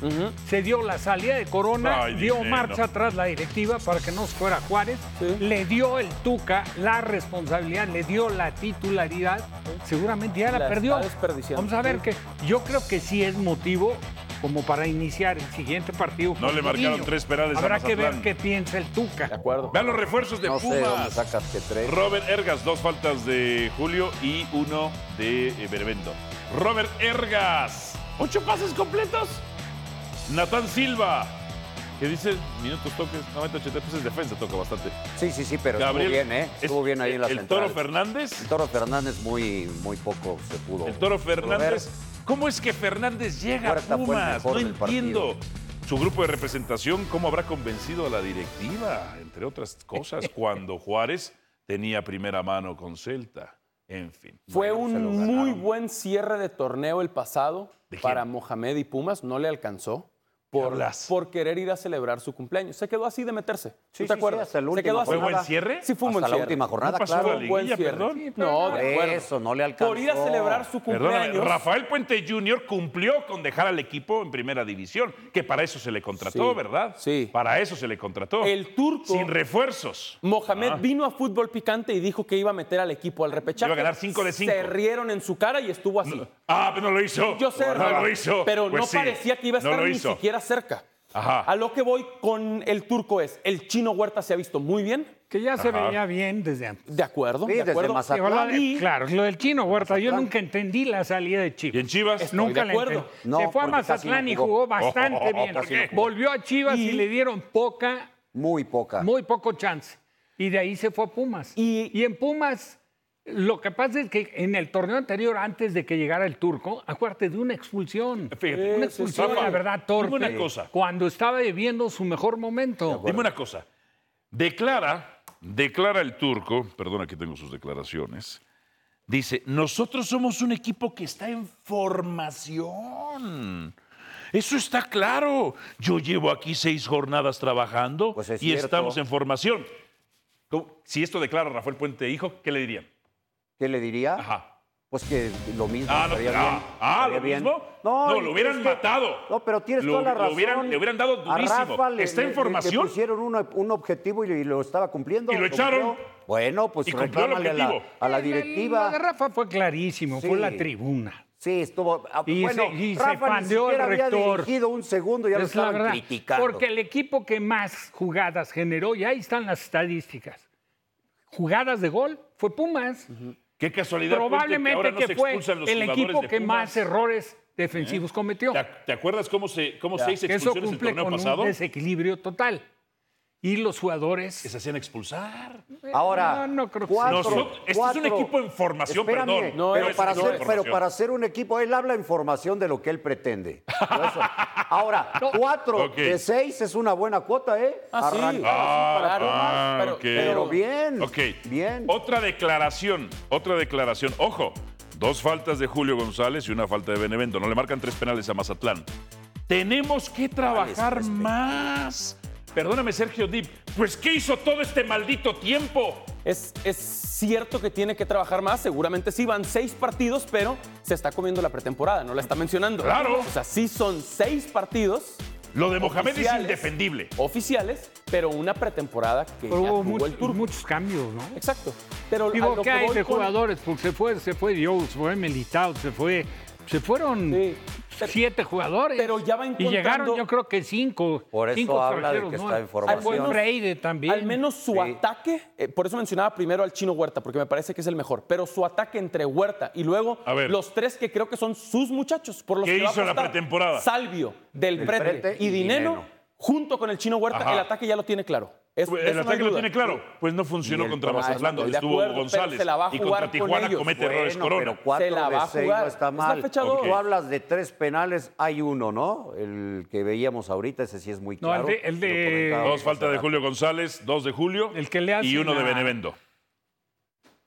S3: Se dio la salida de Corona,
S2: Ay,
S3: dio
S2: dinero.
S3: marcha atrás la directiva para que no se fuera Juárez. Le dio el Tuca la responsabilidad, le dio la titularidad. Seguramente ya la,
S4: La
S3: perdió.
S4: está desperdiciando.
S3: Vamos a ver que yo creo que sí es motivo como para iniciar el siguiente partido.
S2: No
S3: con
S2: le marcaron
S3: Gudiño.
S2: tres penales a
S3: Habrá que ver
S2: Mazatlán.
S3: qué piensa el Tuca.
S4: De acuerdo.
S2: Vean los refuerzos de
S5: No sé dónde
S2: Pumas.
S5: sacas que tres.
S2: Robert Ergas, dos faltas de Julio y uno de eh, Benevento. Robert Ergas, ocho pases completos. Natán Silva, que dice minutos toques, 90, 80, pues es defensa, toca bastante.
S5: Sí, sí, sí, pero estuvo bien, ¿eh?
S2: es-
S5: Estuvo bien ahí en la
S2: El
S5: central.
S2: Toro Fernández,
S5: El Toro Fernández muy, muy poco se pudo.
S2: el Toro Fernández.
S5: ver.
S2: ¿Cómo es que Fernández llega
S5: Huerta
S2: a
S5: fue el
S2: Pumas?
S5: mejor
S2: No
S5: del
S2: entiendo. Su grupo de representación, ¿cómo habrá convencido a la directiva? Entre otras
S5: [laughs]
S2: cosas, cuando Juárez tenía primera mano con Celta. En fin.
S4: Fue un muy buen cierre de torneo el pasado
S2: ¿De quién?
S4: para Mohamed y Pumas. No le alcanzó por,
S2: hablas?
S4: por querer ir a celebrar su cumpleaños. Se quedó así de meterse. ¿Tú
S5: Sí,
S4: ¿Te
S5: sí, sí,
S4: acuerdas?
S5: hasta el
S4: Se quedó
S5: último.
S4: así.
S2: ¿Fue buen cierre?
S4: Sí, fue un
S5: Hasta
S4: buen
S5: la
S4: cierre.
S5: última jornada,
S2: No pasó
S5: claro.
S2: la
S4: Un buen
S2: liguilla,
S4: cierre.
S2: perdón.
S4: No,
S5: Por
S4: de acuerdo.
S5: eso, no le alcanzó.
S4: Por ir a celebrar su
S2: Perdóname,
S4: cumpleaños.
S2: Rafael Puente Jr. cumplió con dejar al equipo en primera división, que para eso se le contrató,
S4: Sí,
S2: ¿verdad?
S4: sí.
S2: Para eso se le contrató.
S4: El turco-
S2: Sin refuerzos.
S4: Mohamed
S2: Ah.
S4: vino a fútbol picante y dijo que iba a meter al equipo al repechaje.
S2: Iba a ganar cinco de cinco.
S4: Se rieron en su cara y estuvo así.
S2: Ah, pero no lo hizo.
S4: Yo sé,
S2: no
S4: Rafa,
S2: lo hizo.
S4: pero
S2: Pues
S4: no
S2: sí,
S4: parecía que iba a
S2: no
S4: estar
S2: lo
S4: ni
S2: hizo.
S4: siquiera cerca.
S2: Ajá.
S4: A lo que voy con el turco es, el chino Huerta se ha visto muy bien,
S3: Que ya se
S2: Ajá.
S3: veía bien desde antes.
S4: de acuerdo,
S5: Sí,
S4: de
S5: desde
S4: acuerdo.
S5: Mazatlán.
S3: Digo, la de-
S4: Y-
S3: claro, lo del chino Huerta. Yo nunca entendí la salida de
S2: ¿Y en
S3: Chivas.
S2: Chivas?
S4: Es-
S3: Nunca
S4: Estoy de
S3: la
S4: acuerdo.
S3: entendí.
S5: No,
S3: se fue a
S5: porque casi
S3: Mazatlán
S5: no
S3: y
S5: jugó.
S3: jugó bastante
S5: [laughs]
S2: Oh,
S3: bien.
S2: ¿por qué?
S3: Volvió a Chivas y,
S4: Y-
S3: le dieron poca,
S5: Muy poca.
S3: muy poco chance. Y de ahí se fue a Pumas.
S4: Y-
S3: en Pumas, lo que pasa es que en el torneo anterior, antes de que llegara el turco, acuérdate de una expulsión.
S2: Fíjate.
S3: Una
S4: Sí, sí,
S3: expulsión,
S2: Rafa,
S3: la verdad, torpe.
S2: dime una cosa.
S3: Cuando estaba viviendo su mejor momento.
S2: Dime una cosa. Declara, declara el turco, perdón, aquí tengo sus declaraciones. Dice, nosotros somos un equipo que está en formación. Eso está claro. Yo llevo aquí seis jornadas trabajando
S5: Pues es
S2: y
S5: cierto.
S2: estamos en formación. ¿Cómo? Si esto declara Rafael Puente Hijo, ¿qué le dirían?
S5: ¿Qué le diría?
S2: Ajá.
S5: Pues que lo mismo.
S2: Ah, no,
S5: estaría
S2: ah,
S5: bien,
S2: ah,
S5: estaría
S2: ¿lo
S5: bien.
S2: mismo? No, lo
S5: y
S2: hubieran
S5: es
S2: matado.
S5: No, pero tienes
S2: Lo-
S5: toda la
S2: lo
S5: razón.
S2: hubieran- le hubieran dado durísimo.
S5: A Rafa le,
S2: ¿Está en
S5: le- le-
S2: formación?
S5: le pusieron una- un objetivo y, lo- y lo estaba cumpliendo.
S2: Y lo echaron.
S5: cumplió. Bueno, pues
S2: Y cumplió el
S5: reclámale a la,
S2: objetivo.
S5: a la
S3: Lo de
S5: directiva.
S3: Rafa fue clarísimo, fue
S5: Sí.
S3: la tribuna.
S5: Sí, estuvo. ah,
S3: Y
S5: bueno,
S3: se- y se
S5: Rafa ni
S3: pandeó el
S5: siquiera había
S3: rector.
S5: dirigido un segundo, ya lo
S3: Es la
S5: estaban
S3: verdad.
S5: criticando.
S3: Porque el equipo que más jugadas generó, y ahí están las estadísticas, jugadas de gol, fue Pumas.
S2: Qué casualidad. Puente, ahora
S3: Probablemente
S2: no
S3: que,
S2: se
S3: fue
S2: expulsan los
S3: el
S2: jugadores
S3: equipo
S2: de
S3: que
S2: Pumas. ¿Eh?
S3: más errores defensivos cometió.
S2: ¿Te ac- ¿Te acuerdas cómo se, cómo se hizo
S3: Que eso
S2: expulsiones el
S3: cumple
S2: torneo
S3: con
S2: pasado?
S3: un desequilibrio total. Y los
S2: Que
S3: jugadores...
S2: se hacían expulsar.
S3: No,
S5: Ahora,
S3: no creo que
S5: cuatro,
S3: sea.
S2: Nosotros- este es
S5: cuatro.
S2: un equipo en formación,
S5: Espérame,
S2: perdón.
S4: No,
S5: pero,
S4: es
S5: para
S4: un
S5: ser,
S4: equipo en
S5: pero
S2: formación.
S5: para ser un equipo, él habla en formación de lo que él
S2: [laughs]
S5: pretende. Por eso. Ahora, cuatro
S2: Ok.
S5: de seis es una buena cuota, ¿eh?
S4: Ah, sí.
S5: Arranca.
S2: Ah,
S4: Para
S2: ah,
S4: Pumas, pero-
S2: ok.
S5: Pero bien.
S2: Ok.
S5: Bien.
S2: Otra declaración, otra declaración. Ojo, dos faltas de Julio González y una falta de Benevento. No le marcan tres penales a Mazatlán. Tenemos que trabajar más. Perdóname, Sergio Dip. Pues, ¿qué hizo todo este maldito tiempo?
S4: Es, es cierto que tiene que trabajar más, seguramente sí, van seis partidos, pero se está comiendo la pretemporada, no la está mencionando.
S2: Claro.
S4: O sea, sí son seis partidos
S2: Lo de Mohamed es
S4: Oficiales.
S2: indefendible.
S4: oficiales, pero una pretemporada que
S3: Pero
S4: ya
S3: hubo
S4: jugó
S3: muchos-
S4: el turco.
S3: muchos cambios, ¿no?
S4: Exacto. Pero a
S3: Digo,
S4: lo
S3: ¿qué
S4: que
S3: hay
S4: voy
S3: de
S4: con-
S3: jugadores? Porque se fue, se fue Dios, se fue Militao, se fue. Se fueron
S4: Sí, pero-
S3: siete jugadores.
S4: pero ya va
S3: Y llegaron,
S4: encontrando-
S3: yo creo que cinco.
S5: Por eso
S3: cinco
S5: habla de
S3: extranjeros,
S5: que
S3: ¿no?
S5: está en formación.
S3: Fue Freire también.
S4: Al menos su
S5: Sí.
S4: ataque, eh, por eso mencionaba primero al Chino Huerta, porque me parece que es el mejor, pero su ataque entre Huerta y luego
S2: A ver.
S4: los tres que creo que son sus muchachos, por los
S2: ¿Qué
S4: que va a
S2: hizo en la
S4: apostar,
S2: pretemporada?
S4: Salvio, Del
S5: Del
S4: Prete,
S5: Prete
S4: y,
S5: y
S4: Dineno,
S5: Dineno.
S4: junto con el Chino Huerta,
S2: Ajá. Pues,
S4: el ataque ya lo tiene claro. Es- eso
S2: El
S4: no hay
S2: ataque lo
S4: duda.
S2: tiene claro. Pues no funcionó
S5: Y el
S2: contra
S5: Tomás,
S2: Mazatlán, donde
S4: de
S2: estuvo
S4: acuerdo, pero
S2: González.
S4: se la va a
S2: Y
S4: jugar
S2: contra
S4: con
S2: Tijuana
S4: ellos.
S2: comete errores
S5: Bueno,
S2: Corona.
S5: pero cuatro
S4: Se la va
S5: de
S4: a
S5: seis
S4: jugar.
S5: no está
S4: Es la
S5: mal.
S4: fecha dos.
S5: Tú hablas de tres penales, hay uno, ¿no? El que veíamos ahorita, ese sí es muy
S3: No, el
S5: claro.
S3: de- el
S5: Lo
S3: de-
S5: comentábamos
S2: Dos falta de Julio González, dos de Julio
S3: El que le hace
S2: y uno de
S3: la-
S2: Benevendo.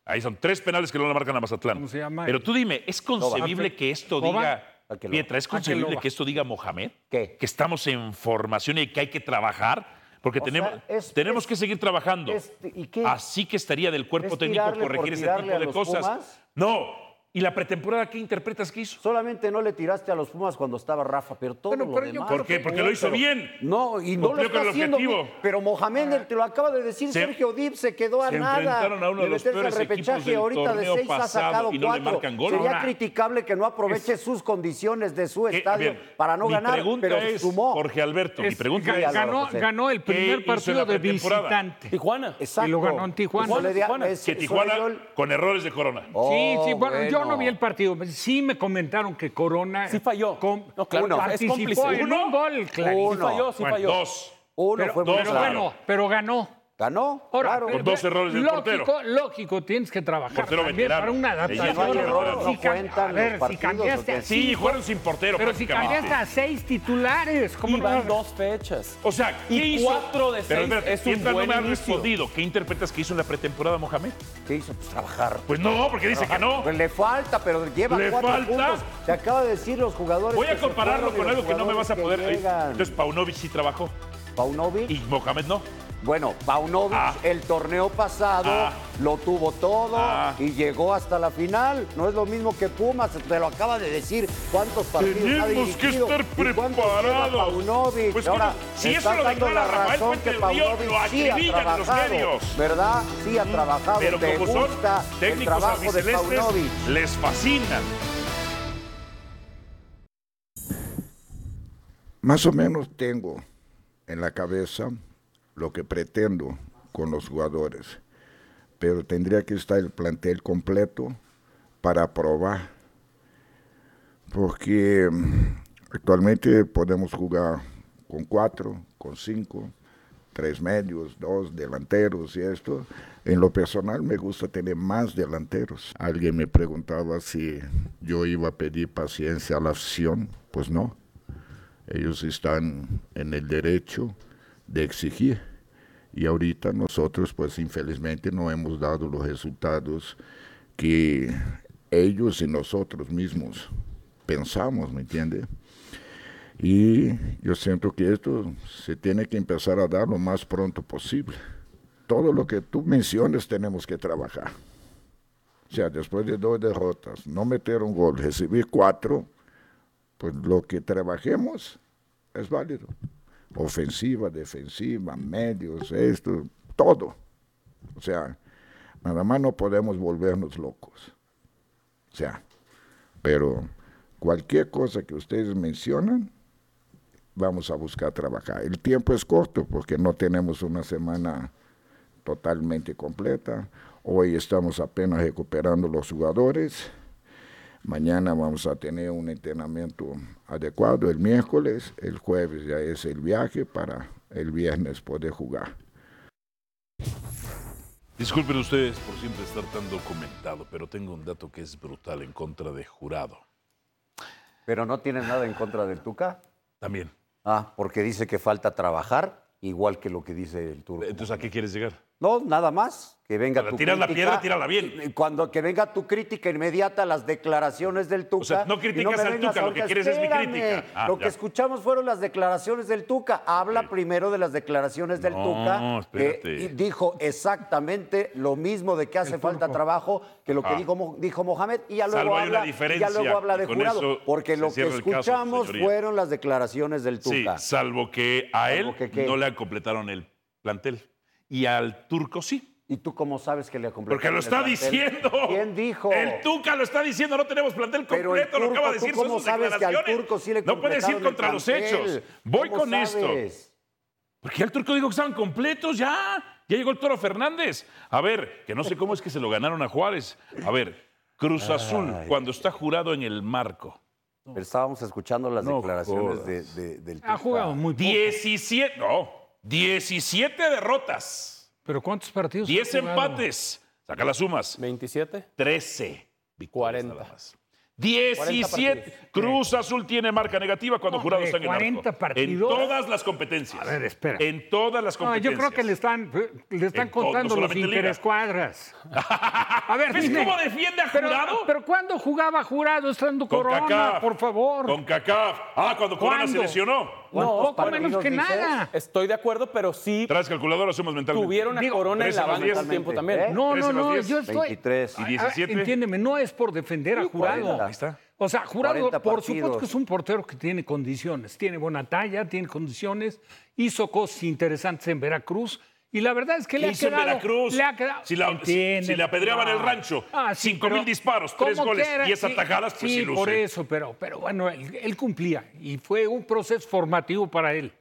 S2: Ahí son tres penales que no le marcan a Mazatlán.
S3: ¿Cómo se llama?
S2: Pero tú dime, ¿es concebible
S3: Loba.
S2: que esto
S3: Loba.
S2: diga
S5: ¿A qué Loba?
S2: Pietra, ¿es
S3: ¿A qué
S2: concebible
S3: Loba?
S2: que esto diga Mohamed?
S5: ¿Qué?
S2: Que estamos en formación y que hay que trabajar. Porque
S5: O
S2: tenemos,
S5: sea, es-
S2: tenemos
S5: es-
S2: que seguir trabajando.
S5: es- Este, ¿y qué?
S2: Así que estaría del cuerpo
S5: ¿Es
S2: técnico
S5: tirarle por
S2: corregir ese
S5: tirarle
S2: tipo
S5: a
S2: de
S5: los
S2: cosas.
S5: Pumas?
S2: No. ¿Y la pretemporada qué interpretas que hizo?
S5: Solamente no le tiraste a los Pumas cuando estaba Rafa, pero todo
S3: Bueno,
S5: lo
S3: pero yo
S5: demás.
S3: creo
S2: ¿Por qué? Porque lo hizo bien.
S5: No, y no lo
S2: Cumplió
S5: está
S2: con el
S5: haciendo
S2: objetivo.
S5: bien. Pero Mohamed, el- te lo acaba de decir
S2: Se-
S5: Sergio Dip, se quedó a
S2: se
S5: nada.
S2: enfrentaron a uno de los
S5: meterse al
S2: peores equipos
S5: repechaje
S2: del
S5: ahorita de
S2: torneo
S5: seis ha
S2: pasado
S5: sacado
S2: y no le
S5: cuatro.
S2: marcan gol.
S5: Sería
S2: Ahora,
S5: criticable que no aproveche sus condiciones de su
S2: ¿Qué? A
S5: estadio
S2: ver,
S5: para no
S2: mi
S5: ganar,
S2: pregunta
S5: pero
S2: es,
S5: sumó.
S2: Jorge Alberto, mi
S3: Es-
S2: pregunta
S3: ga-
S2: es,
S3: ganó,
S5: José.
S3: ganó el
S2: ¿Qué hizo
S3: primer
S2: en
S3: partido
S2: la
S3: de
S2: pretemporada?
S3: visitante.
S4: Tijuana.
S5: Exacto.
S3: Y lo ganó en Tijuana.
S5: Eso le di a-
S4: Tijuana.
S5: es-
S2: que
S5: eso le
S2: Tijuana
S5: dio el-
S2: con errores de Corona.
S5: Oh,
S3: sí, sí, bueno, yo no vi el partido. Sí me comentaron que Corona.
S4: Sí falló.
S3: com-
S4: No, claro,
S5: Uno.
S4: es
S3: participó
S4: cómplice.
S3: en
S2: Uno.
S3: un gol, claro.
S4: Sí
S5: Uno.
S4: falló, sí
S2: Bueno,
S4: falló.
S2: dos.
S5: Uno
S3: Pero,
S5: fue muy
S2: dos,
S3: pero
S5: claro.
S3: bueno, pero ganó.
S5: Ganó.
S3: Ahora,
S5: claro.
S3: pero-
S2: dos errores del
S3: lógico,
S2: portero.
S3: Lógico, tienes que trabajar.
S2: Portero
S3: también
S2: veterano.
S3: para una
S2: Ella
S3: adaptación.
S2: no hay errores,
S3: Si
S2: no
S3: cambia-
S5: cuentan
S3: a ver,
S5: los
S3: si
S5: partidos, ¿o
S3: cambiaste
S5: qué?
S3: a
S2: Sí,
S3: cinco,
S2: jugaron sin portero.
S3: Pero si
S2: prácticamente.
S3: cambiaste a seis titulares, ¿cómo
S4: Y
S3: no vas
S4: van
S3: a-
S4: dos fechas.
S2: O sea, ¿qué
S4: Y
S2: hizo?
S4: cuatro de
S2: Pero
S4: seis
S2: espérate,
S4: es un
S2: Pietra
S4: buen
S2: no me ha
S4: inicio.
S2: respondido. ¿Qué interpretas que hizo en la pretemporada Mohamed?
S5: ¿Qué hizo? Pues trabajar.
S2: Pues no, porque dice que no.
S5: Pues le falta, pero lleva
S2: ¿Le
S5: cuatro
S2: falta?
S5: puntos. Te acaba de decir los jugadores.
S2: Voy
S5: que
S2: a
S5: se
S2: compararlo
S5: fueron y
S2: con
S5: los
S2: algo que no me vas a
S5: jugadores
S2: poder.
S5: que llegan.
S2: Entonces, Paunovic sí trabajó
S5: Paunovic.
S2: y Mohamed no.
S5: Bueno, Paunovic
S2: Ah.
S5: el torneo pasado
S2: Ah.
S5: lo tuvo todo
S2: Ah.
S5: y llegó hasta la final. No es lo mismo que Pumas, te lo acaba de decir cuántos partidos ha
S2: Tenemos que
S5: dirigido
S2: estar
S5: y cuántos lleva
S2: preparados.
S5: Paunovic.
S2: Pues,
S5: Ahora,
S2: ¿cómo? Si
S5: me
S2: eso
S5: estás
S2: lo
S5: dando
S2: declara
S5: la
S2: Rafael
S5: razón
S2: Fuentes
S5: que
S2: Ríos, lo
S5: Paunovic sí ha
S2: acribillan en los
S5: trabajado,
S2: medios.
S5: ¿verdad? Sí ha trabajado.
S2: Pero
S5: te
S2: como son
S5: gusta el
S2: técnicos
S5: trabajo de
S2: albicelestes,
S5: Paunovic.
S2: les fascinan.
S8: Más o menos tengo en la cabeza lo que pretendo con los jugadores, pero tendría que estar el plantel completo para probar, porque mm, actualmente podemos jugar con cuatro, con cinco, tres medios, dos delanteros y esto. En lo personal me gusta tener más delanteros. Alguien me preguntaba si yo iba a pedir paciencia a la afición, pues no. Ellos están en el derecho de exigir. Y ahorita nosotros, pues infelizmente, no hemos dado los resultados que ellos y nosotros mismos pensamos, ¿me entiende? Y yo siento que esto se tiene que empezar a dar lo más pronto posible. Todo lo que tú menciones tenemos que trabajar. O sea, después de dos derrotas, no meter un gol, recibir cuatro, pues lo que trabajemos es válido. Ofensiva, defensiva, medios, esto, todo. O sea, nada más no podemos volvernos locos. O sea, pero cualquier cosa que ustedes mencionan, vamos a buscar trabajar. El tiempo es corto porque no tenemos una semana totalmente completa. Hoy estamos apenas recuperando los jugadores. Mañana vamos a tener un entrenamiento adecuado el miércoles, el jueves ya es el viaje para el viernes poder jugar.
S2: Disculpen ustedes por siempre estar tan documentado, pero tengo un dato que es brutal en contra de Jurado.
S5: Pero no tienes nada en contra del Tuca.
S2: También.
S5: Ah, porque dice que falta trabajar, igual que lo que dice el turco.
S2: Entonces, ¿a qué quieres llegar?
S5: No, nada más. Que venga
S2: Ahora,
S5: tu
S2: tiras la
S5: crítica.
S2: piedra, tírala bien.
S5: Y Cuando que venga tu crítica inmediata a las declaraciones del Tuca.
S2: sea, no
S5: y me
S2: criticas al
S5: vengas
S2: Tuca, lo que
S5: ahorita,
S2: quieres es mi
S5: espérame.
S2: crítica. Ah,
S5: lo
S2: ya.
S5: que escuchamos fueron las declaraciones del Tuca. Habla primero de las declaraciones del
S2: No,
S5: Tuca.
S2: espérate.
S5: y dijo exactamente lo mismo de que hace falta trabajo que lo que
S2: Ah.
S5: dijo, Mo- dijo Mohamed. Y ya
S2: Salvo
S5: luego,
S2: hay una
S5: habla, y ya
S2: diferencia,
S5: luego habla
S2: y
S5: de
S2: con
S5: jurado.
S2: eso
S5: Porque
S2: se
S5: lo que
S2: cierra el caso,
S5: escuchamos
S2: señoría.
S5: fueron las declaraciones del
S2: Sí,
S5: Tuca.
S2: salvo que a
S5: Salvo
S2: él
S5: que qué.
S2: no le completaron el plantel. Y al turco sí.
S5: ¿Y tú cómo sabes que le completó?
S2: Porque lo está diciendo. [laughs]
S5: ¿Quién dijo?
S2: El Tuca lo está diciendo, no tenemos plantel
S5: Pero el
S2: completo, lo acaba de
S5: turco,
S2: decir.
S5: ¿tú
S2: Son
S5: cómo
S2: sus
S5: sabes que al
S2: declaraciones.
S5: turco sí le
S2: no puedes ir
S5: completaron el
S2: contra los
S5: plantel?
S2: hechos. Voy
S5: ¿Cómo
S2: con esto.
S5: sabes?
S2: Porque el turco dijo que estaban completos ya. Ya llegó el Toro Fernández. A ver, que no sé cómo es que se lo ganaron a Juárez. A ver, Cruz Azul, cuando está jurado en el marco.
S5: Pero estábamos escuchando las
S2: No
S5: declaraciones
S2: jodas.
S5: de- de- del Tuca.
S3: Ha jugado muy poco.
S2: 17, no, 17 derrotas,
S3: Pero ¿cuántos partidos? ha
S2: 10
S3: jugado?
S2: empates. Saca las sumas.
S4: 27.
S2: 13 victorias
S4: 40.
S2: nada más. 17.
S4: partidos.
S2: Cruz Azul tiene marca negativa cuando
S3: No,
S2: jurado
S3: hombre,
S2: está en el marco.
S3: 40 partidos.
S2: En todas las competencias.
S3: A ver, espera.
S2: En todas las
S3: No,
S2: competencias.
S3: yo creo que le están, eh, le están
S2: En todo,
S3: contando los
S2: solamente en liga. [laughs]
S3: interescuadras. A ver,
S2: ¿Ves
S3: dime.
S2: cómo defiende a
S3: Pero,
S2: Jurado?
S3: pero ¿cuándo jugaba Jurado estando Corona,
S2: CONCACAF.
S3: por favor?
S2: Con CACAF. Ah, cuando Corona se
S3: ¿Cuándo?
S2: lesionó.
S4: No,
S3: poco
S4: para-
S3: menos que
S5: dices?
S3: nada.
S4: Estoy de acuerdo, pero sí
S2: Traes calculadora, hacemos mentalmente.
S4: tuvieron a
S3: Digo,
S4: Corona en
S2: trece
S4: la
S2: más
S4: banda
S2: diez.
S4: un tiempo también.
S5: ¿Eh?
S3: No,
S2: 13
S3: no,
S2: más
S3: no,
S2: 10,
S3: yo estoy...
S5: 23.
S2: Y
S3: Ah, ah,
S2: 17.
S3: Entiéndeme, no es por defender a Jurado.
S5: 40.
S2: Ahí está.
S3: O sea, Jurado,
S5: 40
S3: por supuesto
S5: partidos.
S3: que es un portero que tiene condiciones, tiene buena talla, tiene condiciones, hizo cosas interesantes en Veracruz y la verdad es que le
S2: ¿Qué
S3: ha
S2: hizo en
S3: quedado...
S2: Veracruz?
S3: Le ha quedado,
S2: Si la-
S3: Entiende,
S2: si le apedreaban el rancho,
S3: Ah, sí,
S2: 5.000
S3: pero
S2: disparos, tres
S3: como
S2: goles,
S3: quiera,
S2: 10 atajadas, pues sí
S3: sí,
S2: luce.
S3: por eso, pero, pero bueno, él, él cumplía y fue un proceso formativo para él.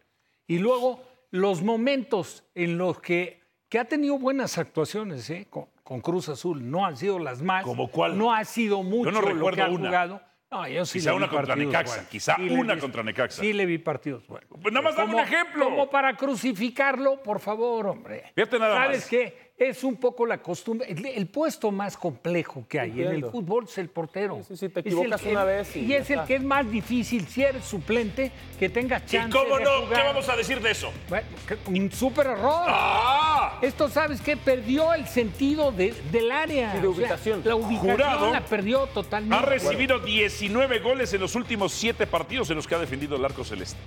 S3: Y luego los momentos en los que, que ha tenido buenas actuaciones ¿eh? con, con Cruz Azul, no han sido las más.
S2: ¿Como cuál?
S3: No ha sido mucho lo que
S2: recuerdo
S3: ha
S2: una.
S3: jugado. No, yo sí
S2: Quizá
S3: le vi
S2: una contra
S3: partidos
S2: Necaxa,
S3: buenos.
S2: quizá
S3: le
S2: una
S3: vi-
S2: contra Necaxa.
S3: Sí le vi partidos buenos.
S2: Pues nada más dame un
S3: Como-
S2: ejemplo.
S3: Como para crucificarlo, por favor, hombre.
S2: Fíjate nada
S3: ¿Sabes
S2: más.
S3: qué? Es un poco la costumbre. El, el puesto más complejo que hay en el
S4: Entiendo.
S3: fútbol es el portero.
S4: Sí, sí, sí, te
S3: Es el
S4: equivocas
S3: que-
S4: una vez y ya
S3: es el
S4: está.
S3: que es más difícil, si eres suplente, que tengas chance
S2: ¿Y cómo
S3: de
S2: no?
S3: jugar.
S2: ¿Qué vamos a decir de eso?
S3: Bueno, que- un súper error.
S2: ¡Ah!
S3: Esto, ¿sabes qué? Perdió el sentido de- del área.
S4: Y de
S3: O sea,
S4: ubicación.
S3: la ubicación
S2: Jurado
S3: la perdió totalmente.
S2: Ha recibido 19 goles en los últimos 7 partidos en los que ha defendido el arco celeste.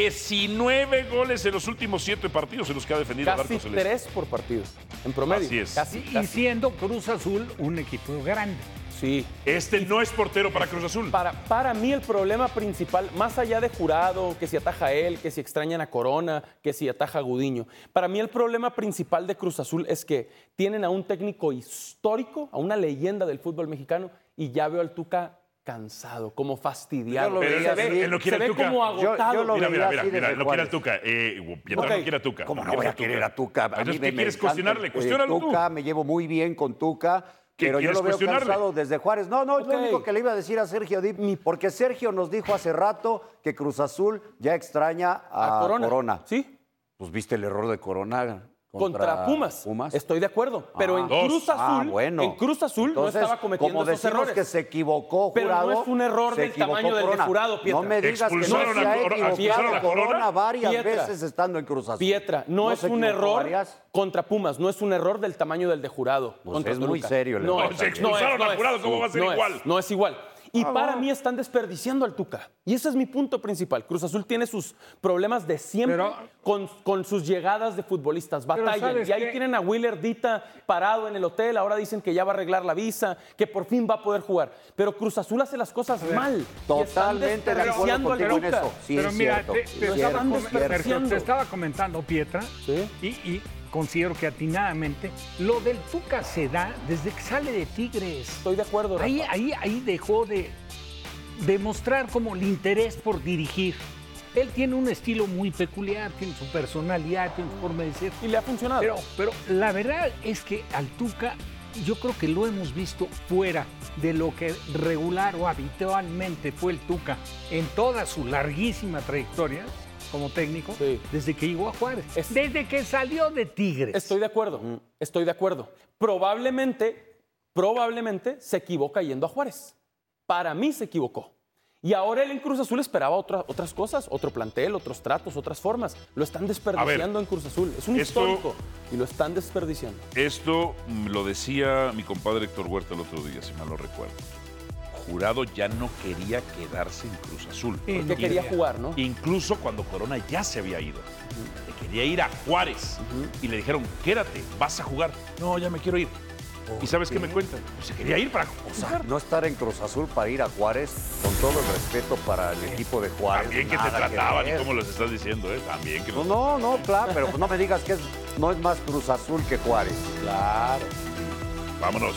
S2: 19 goles en los últimos 7 partidos en los que ha defendido el
S4: Casi
S2: arco celeste.
S4: tres por partido, en promedio.
S2: Así es.
S4: Casi,
S3: Y- Y
S4: casi.
S3: siendo Cruz Azul un equipo grande.
S4: Sí.
S2: Este no es portero para Cruz Azul.
S4: Para, para mí el problema principal, más allá de jurado, que si ataja a él, que si extrañan a Corona, que si ataja a Gudiño, para mí el problema principal de Cruz Azul es que tienen a un técnico histórico, a una leyenda del fútbol mexicano, y ya veo al Tuca cansado, como fastidiado.
S5: Yo lo
S2: Pero
S5: veía
S4: se
S5: así.
S4: ve,
S2: Él no
S4: se
S2: quiere
S4: ve
S2: al Tuca.
S4: como
S5: Yo- yo
S4: agotado.
S5: lo
S2: Mira, mira,
S5: veía
S2: mira,
S5: así
S2: mira,
S5: desde
S2: no quiere a
S5: Juárez.
S2: Tuca. Eh, Pietra
S4: Ok.
S2: no quiere a Tuca.
S5: ¿Cómo no
S2: quiere
S5: voy a querer a Tuca? A
S2: Entonces,
S5: mí me-
S2: ¿qué
S5: me
S2: quieres
S5: encanta
S2: cuestionarle?
S5: el-
S2: Cuestiónalo
S5: el
S2: tú.
S5: Tuca, me llevo muy bien con Tuca.
S2: ¿Qué
S5: Pero yo
S2: quieres
S5: lo veo
S2: cuestionarle?
S5: cansado desde Juárez. No, no,
S4: Ok.
S5: lo único que le iba a decir a Sergio Dip, porque Sergio nos dijo hace rato que Cruz Azul ya extraña a,
S4: a Corona. Sí,
S5: Pues viste el error de Corona contra,
S4: contra, Pumas. Estoy de acuerdo. Pero en
S2: Dos.
S4: Cruz Azul,
S5: Ah, bueno.
S4: en Cruz Azul
S5: Entonces,
S4: no estaba cometiendo
S5: como
S4: esos
S5: decimos
S4: errores.
S5: que se equivocó,
S4: Pero no
S5: jurado.
S4: es un error
S5: se
S4: del
S5: equivocó
S4: tamaño del
S5: Corona.
S4: jurado, Pietra.
S5: No me digas que no se
S2: Expulsaron a
S5: ha
S2: Cor-
S5: equivocado
S2: expulsaron a
S5: Corona,
S2: Corona.
S5: varias
S4: Pietra.
S5: veces estando en Cruz Azul.
S4: Pietra, no, es
S5: se
S4: un
S5: equivocó
S4: error
S5: varias.
S4: contra Pumas, no es un error del tamaño del de jurado.
S5: Pues
S4: contra
S5: es muy
S4: Toluca.
S5: serio el
S4: No,
S5: error
S4: es,
S5: también.
S4: no es,
S2: Expulsaron
S4: no
S2: al
S4: es.
S2: jurado, ¿cómo va a ser
S4: No es,
S2: igual?
S4: no es igual. Y
S5: Ah,
S4: para mí están desperdiciando al Tuca. Y ese es mi punto principal. Cruz Azul tiene sus problemas de siempre
S3: Pero-
S4: con, con sus llegadas de futbolistas. Batallan.
S3: ¿sabes
S4: Y ahí
S3: qué?
S4: tienen a Wheeler Dita parado en el hotel. Ahora dicen que ya va a arreglar la visa, que por fin va a poder jugar. Pero Cruz Azul hace las cosas mal. Y están
S5: Totalmente de acuerdo
S4: desperdiciando al
S5: contigo en
S4: Tuca.
S5: eso. Sí,
S3: Pero
S5: es
S3: mira,
S5: cierto.
S3: te, te
S5: sí es
S3: estaba
S5: cierto,
S4: dando
S5: sí es cierto.
S3: Sergio,
S4: desperdiciando.
S3: te estaba comentando, Pietra,
S4: Sí.
S3: y, y considero que atinadamente, lo del Tuca se da desde que sale de Tigres.
S4: Estoy de acuerdo,
S3: Ahí,
S4: Rafa.
S3: ahí, ahí dejó de demostrar como el interés por dirigir. Él tiene un estilo muy peculiar, tiene su personalidad, tiene su forma de ser.
S4: Y le ha funcionado.
S3: Pero, pero la verdad es que al Tuca yo creo que lo hemos visto fuera de lo que regular o habitualmente fue el Tuca en toda su larguísima trayectoria como técnico,
S4: Sí.
S3: desde que llegó a Juárez,
S4: Es-
S3: desde que salió de Tigres. Mm.
S4: Estoy de acuerdo, estoy de acuerdo. Probablemente, probablemente se equivoca yendo a Juárez. Para mí se equivocó. Y ahora él en Cruz Azul esperaba otra- otras cosas, otro plantel, otros tratos, otras formas. Lo están desperdiciando en Cruz Azul. Es un
S2: Esto
S4: histórico. y lo están desperdiciando.
S2: Esto mm, lo decía mi compadre Héctor Huerta el otro día, si mal no recuerdo. Jurado ya no quería quedarse en Cruz Azul.
S6: Sí,
S4: Porque
S6: no
S4: quería jugar, ¿no?
S2: Incluso cuando Corona ya se había ido. Le quería ir a Juárez. Y le dijeron, quédate, vas a jugar. No, ya me quiero ir. ¿Y sabes qué me cuentan? Pues se quería ir para
S5: O sea,
S2: jugar.
S5: no estar en Cruz Azul para ir a Juárez, con todo el respeto para el equipo de Juárez.
S2: También que te
S5: nada
S2: trataban, y
S5: ver.
S2: como los estás diciendo, ¿eh? También que
S5: No,
S2: los-
S5: no, no, claro, pero pues no me digas que es- no es más Cruz Azul que Juárez.
S4: Claro.
S2: Vámonos.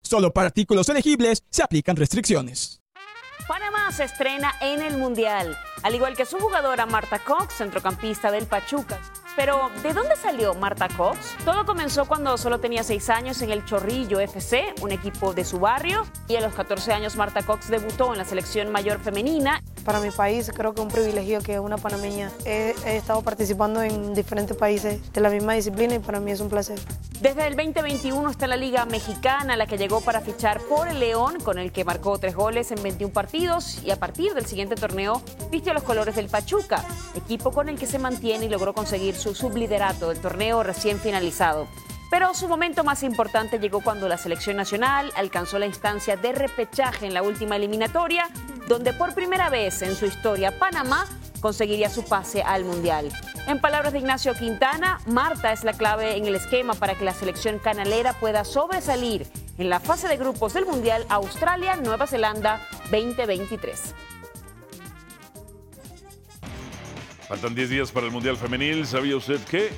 S9: Solo para artículos elegibles se aplican restricciones.
S10: Panamá se estrena en el Mundial, al igual que su jugadora Marta Cox, centrocampista del Pachuca. Pero, ¿de dónde salió Marta Cox? Todo comenzó cuando solo tenía 6 años en el Chorrillo FC, un equipo de su barrio, y a los 14 años Marta Cox debutó en la selección mayor femenina.
S11: Para mi país creo que es un privilegio que una panameña he, he estado participando en diferentes países de la misma disciplina y para mí es un placer.
S10: Desde el 2021 está en la Liga Mexicana, la que llegó para fichar por el León, con el que marcó tres goles en 21 partidos y a partir del siguiente torneo vistió los colores del Pachuca, equipo con el que se mantiene y logró conseguir su subliderato del torneo recién finalizado. Pero su momento más importante llegó cuando la selección nacional alcanzó la instancia de repechaje en la última eliminatoria, donde por primera vez en su historia Panamá conseguiría su pase al Mundial. En palabras de Ignacio Quintana, Marta es la clave en el esquema para que la selección canalera pueda sobresalir en la fase de grupos del Mundial Australia-Nueva Zelanda 2023.
S2: Faltan 10 días para el Mundial Femenil. ¿Sabía usted que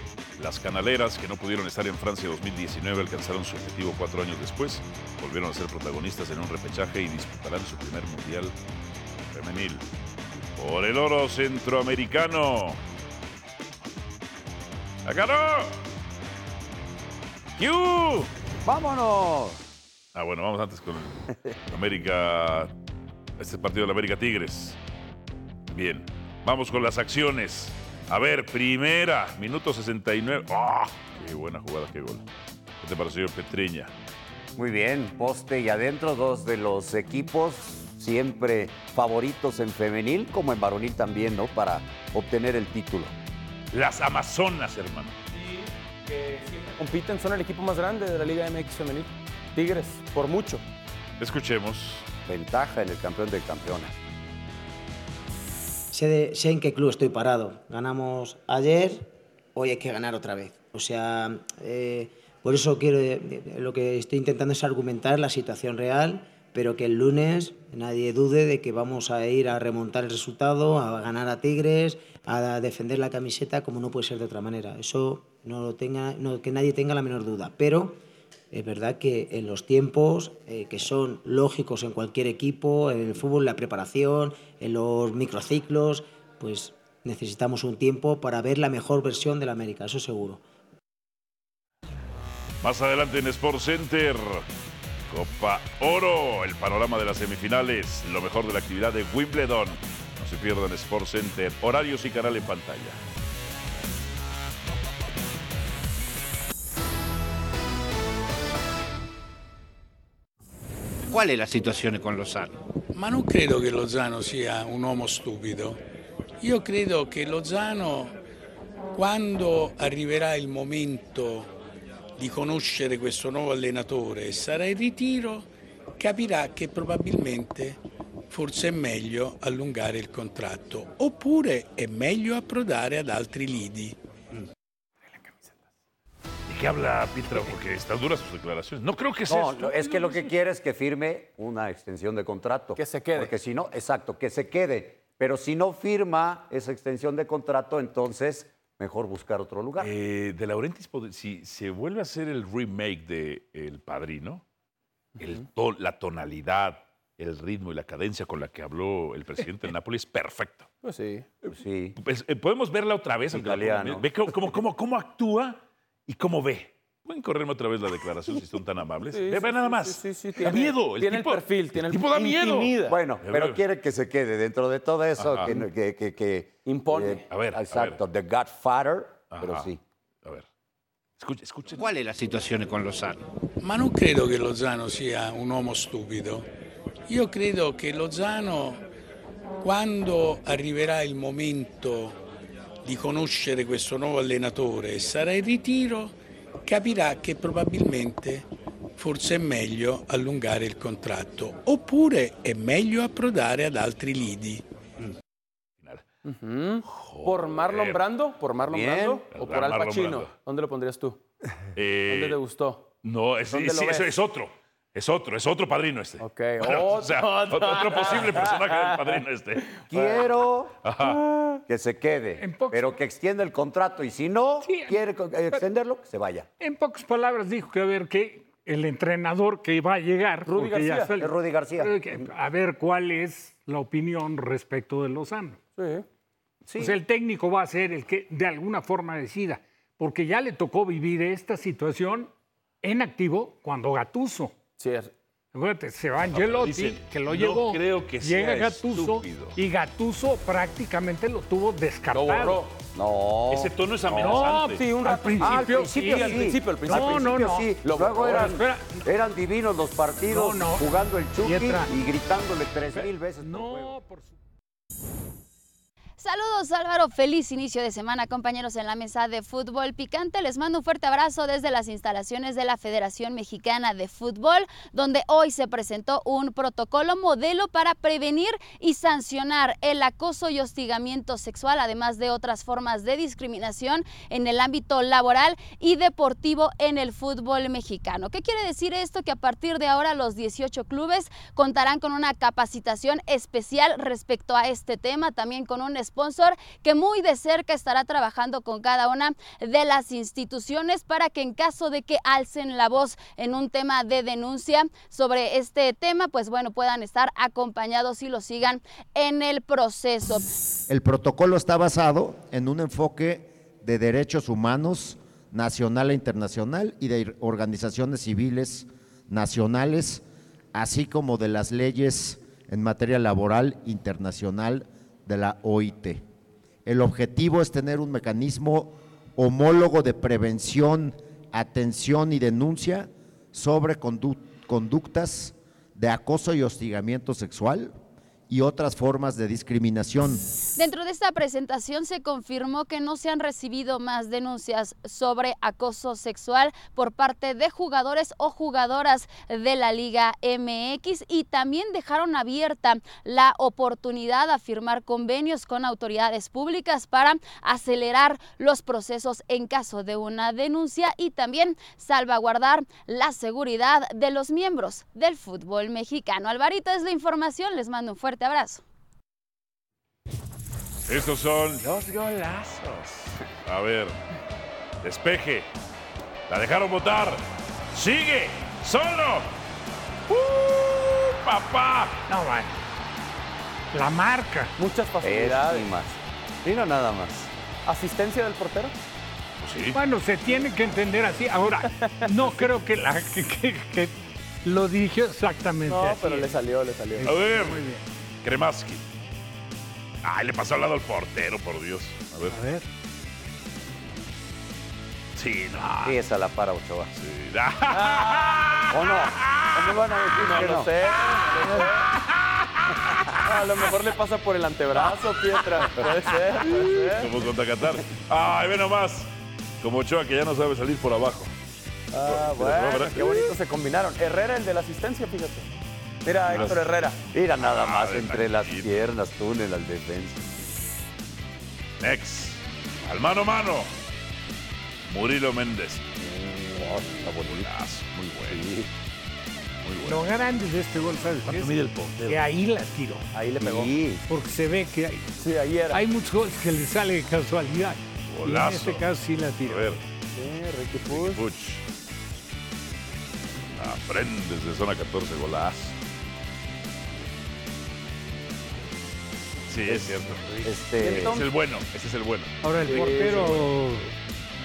S2: las canaleras que no pudieron estar en Francia 2019 alcanzaron su objetivo cuatro años después? Volvieron a ser protagonistas en un repechaje y disputarán su primer Mundial Femenil. Por el oro centroamericano. ¡Acá no! ¡Yu!
S5: ¡Vámonos!
S2: Ah, bueno, vamos antes con el América. Este partido del América Tigres. Bien, vamos con las acciones. A ver, primera, minuto 69. ¡Ah! Qué buena jugada, qué gol. ¿Qué te pareció, Petreña?
S5: Muy bien, poste y adentro, dos de los equipos siempre favoritos en femenil como en varonil también, ¿no? Para obtener el título.
S2: Las Amazonas, hermano.
S4: Compiten, son el equipo más grande de la Liga MX femenil. Tigres, por mucho.
S2: Escuchemos.
S5: Ventaja en el campeón de campeones.
S11: Sé, de- sé en qué club estoy parado. Ganamos ayer, hoy hay que ganar otra vez. O sea, eh, por eso quiero, eh, lo que estoy intentando es argumentar la situación real, pero que el lunes nadie dude de que vamos a ir a remontar el resultado, a ganar a Tigres, a defender la camiseta como no puede ser de otra manera. Eso no lo tenga, no, que nadie tenga la menor duda. Pero es verdad que en los tiempos eh, que son lógicos en cualquier equipo, en el fútbol, la preparación, en los microciclos, pues necesitamos un tiempo para ver la mejor versión del América, eso seguro.
S2: Más adelante en Sport Center. Copa Oro, el panorama de las semifinales, lo mejor de la actividad de Wimbledon. No se pierdan Sport Center, horarios y canal en pantalla.
S12: ¿Cuál è la situazione con Lozano? Ma non credo che Lozano sia un uomo stupido. Io credo che Lozano, quando arriverà il momento di conoscere questo nuovo allenatore e sarà in ritiro, capirà che probabilmente forse è meglio allungare il contratto oppure è meglio approdare ad altri lidi.
S2: qué habla Pietra? Porque están duras sus declaraciones. No creo que sea.
S5: No, no, es que lo que quiere es que firme una extensión de contrato.
S4: Que se quede.
S5: Porque si no, exacto, que se quede. Pero si no firma esa extensión de contrato, entonces mejor buscar otro lugar.
S2: Eh, de Laurentiis, pod- si se vuelve a hacer el remake de El Padrino, el to- la tonalidad, el ritmo y la cadencia con la que habló el presidente del Nápoles es perfecto.
S4: Pues sí.
S5: sí.
S2: Pues, eh, podemos verla otra vez. aunque la
S5: Italiano.
S2: pongan bien. Ve cómo, cómo- cómo- cómo actúa y cómo ve. Pueden correrme otra vez la declaración si son tan amables.
S4: Sí,
S2: Ve,
S4: sí,
S2: ve nada
S4: sí,
S2: más.
S4: sí, sí, sí,
S2: da
S4: tiene-
S2: miedo.
S4: tiene el perfil, tiene el-
S2: tipo da miedo.
S4: intimida.
S5: Bueno,
S2: De verdad.
S5: pero quiere que se quede dentro de todo eso,
S2: Ajá.
S5: que, que- que- que-
S4: Impone.
S5: eh,
S2: A ver, a
S5: Exacto, The Godfather, pero
S2: Ajá.
S5: sí.
S2: Ah, A ver. Escuchen, escuchen.
S12: Qual è la situazione con Lozano? Ma non credo che Lozano sia un uomo stupido. Io credo che Lozano, quando arriverà il momento di conoscere questo nuovo allenatore e sarà in ritiro, capirà che probabilmente forse è meglio allungare il contratto oppure è meglio approdare ad altri lidi.
S2: Mm.
S12: Mm-hmm.
S2: Oh,
S4: ¿Por Marlon Brando? ¿Por Marlon
S5: Bien.
S4: Brando? ¿O por Al
S2: Marlon
S4: Pacino?
S2: Brando.
S4: ¿Dónde lo pondrías tú?
S2: Eh,
S4: ¿Dónde te gustó?
S2: No, es,
S4: ¿Dónde
S2: es-
S4: lo
S2: es-
S4: ves?
S2: es otro. Es otro, es otro padrino este. [laughs]
S4: Ok,
S2: o sea,
S4: otro.
S2: otro, otro posible personaje del padrino este.
S5: Quiero que se quede,
S3: En pocas-
S5: pero que extienda el contrato y si no
S3: Sí, en-
S5: quiere co- eh, extenderlo, que se vaya.
S3: En pocas palabras dijo que a ver que el entrenador que va a llegar,
S4: Rudy
S3: porque ya
S4: García,
S3: está el-
S5: es Rudy García.
S3: Eh, que- a ver cuál es la opinión respecto de Lozano.
S4: Sí.
S3: Pues el técnico va a ser el que de alguna forma decida, porque ya le tocó vivir esta situación en activo cuando Gatuso.
S4: Sí, es-
S3: Acuérdate, se va Angelotti,
S2: dicen,
S3: que lo
S2: no
S3: llevó.
S2: creo que
S3: llega
S2: sea
S3: Gatuso
S2: estúpido.
S3: y Gatuso prácticamente lo tuvo
S4: lo
S3: descartado.
S4: borró.
S5: No.
S2: Ese tono es
S3: No,
S2: amenazante.
S4: Sí, un
S3: al
S4: rato.
S3: principio,
S5: Ah, al principio
S3: sí.
S5: sí.
S4: al principio, al principio.
S3: No,
S5: Al
S3: no,
S5: principio
S3: no.
S5: sí.
S4: Lo
S5: Luego
S4: borró.
S5: eran,
S3: Espera.
S5: eran divinos los partidos
S3: No, no.
S5: jugando el Chucky
S3: Pietra.
S5: y gritándole tres mil veces. por juego.
S3: No, por su...
S13: Saludos Álvaro, feliz inicio de semana compañeros en la mesa de fútbol picante. Les mando un fuerte abrazo desde las instalaciones de la Federación Mexicana de Fútbol, donde hoy se presentó un protocolo modelo para prevenir y sancionar el acoso y hostigamiento sexual, además de otras formas de discriminación en el ámbito laboral y deportivo en el fútbol mexicano. ¿Qué quiere decir esto? Que a partir de ahora los 18 clubes contarán con una capacitación especial respecto a este tema, también con un sponsor que muy de cerca estará trabajando con cada una de las instituciones para que en caso de que alcen la voz en un tema de denuncia sobre este tema, pues bueno, puedan estar acompañados y lo sigan en el proceso.
S14: El protocolo está basado en un enfoque de derechos humanos nacional e internacional y de organizaciones civiles nacionales, así como de las leyes en materia laboral internacional de la OIT. El objetivo es tener un mecanismo homólogo de prevención, atención y denuncia sobre condu- conductas de acoso y hostigamiento sexual y otras formas de discriminación.
S13: Dentro de esta presentación se confirmó que no se han recibido más denuncias sobre acoso sexual por parte de jugadores o jugadoras de la Liga MX y también dejaron abierta la oportunidad a firmar convenios con autoridades públicas para acelerar los procesos en caso de una denuncia y también salvaguardar la seguridad de los miembros del fútbol mexicano. Alvarito es la información, les mando un fuerte abrazo.
S2: Estos son. Los golazos. A ver. Despeje. La dejaron votar. Sigue. Solo. ¡Uh, papá!
S3: No, vale. La marca.
S4: Muchas
S5: Es
S4: facilidades.
S5: ni más. Mira nada más.
S4: ¿Asistencia del portero?
S2: Pues sí.
S3: Bueno, se tiene que entender así. Ahora, no creo que, la, que, que- que lo dirigió exactamente
S4: No,
S3: así.
S4: pero le salió, le salió.
S2: A ver. Kremaski. Ay, le pasó al lado al portero, por Dios. A ver.
S3: A ver.
S2: Sí, no.
S5: Sí, esa la para Ochoa.
S2: Sí. [laughs] Ah,
S5: ¿O no?
S2: [laughs]
S5: ¿O me van a decir
S4: No
S5: que
S4: lo
S5: no?
S4: sé. no sé. Ah, A lo mejor le pasa por el antebrazo, Pietra.
S2: [laughs]
S4: Puede ser, puede ser.
S2: Como contra Qatar. Ay, ve nomás. Como Ochoa, que ya no sabe salir por abajo. [laughs]
S4: Ah, bueno, qué bonito se combinaron. Herrera, el de la asistencia, fíjate. Mira, Héctor Herrera.
S5: Mira nada más
S2: de
S5: entre las
S2: taquito.
S5: piernas, túnel al defensa.
S2: Next. Al mano a mano. Murilo Méndez. está bonitazo, muy bueno. Muy bueno.
S3: Lo grande de este gol, ¿sabes? qué
S2: ¿Cuánto
S3: es?
S2: mide el portero?
S3: Que ahí la tiró.
S4: Ahí le pegó.
S3: Porque se ve que hay,
S4: Sí, ahí era.
S3: hay muchos goles que le sale de casualidad. Y
S2: Golazo.
S3: en este caso sí la
S2: A
S3: tiró.
S2: ver,
S4: Sí, Ricky Puig.
S2: Puch. Aprendes de zona 14, golazo. Sí, es cierto.
S5: Este,
S2: Ese es el bueno, ese es el bueno.
S3: Ahora el portero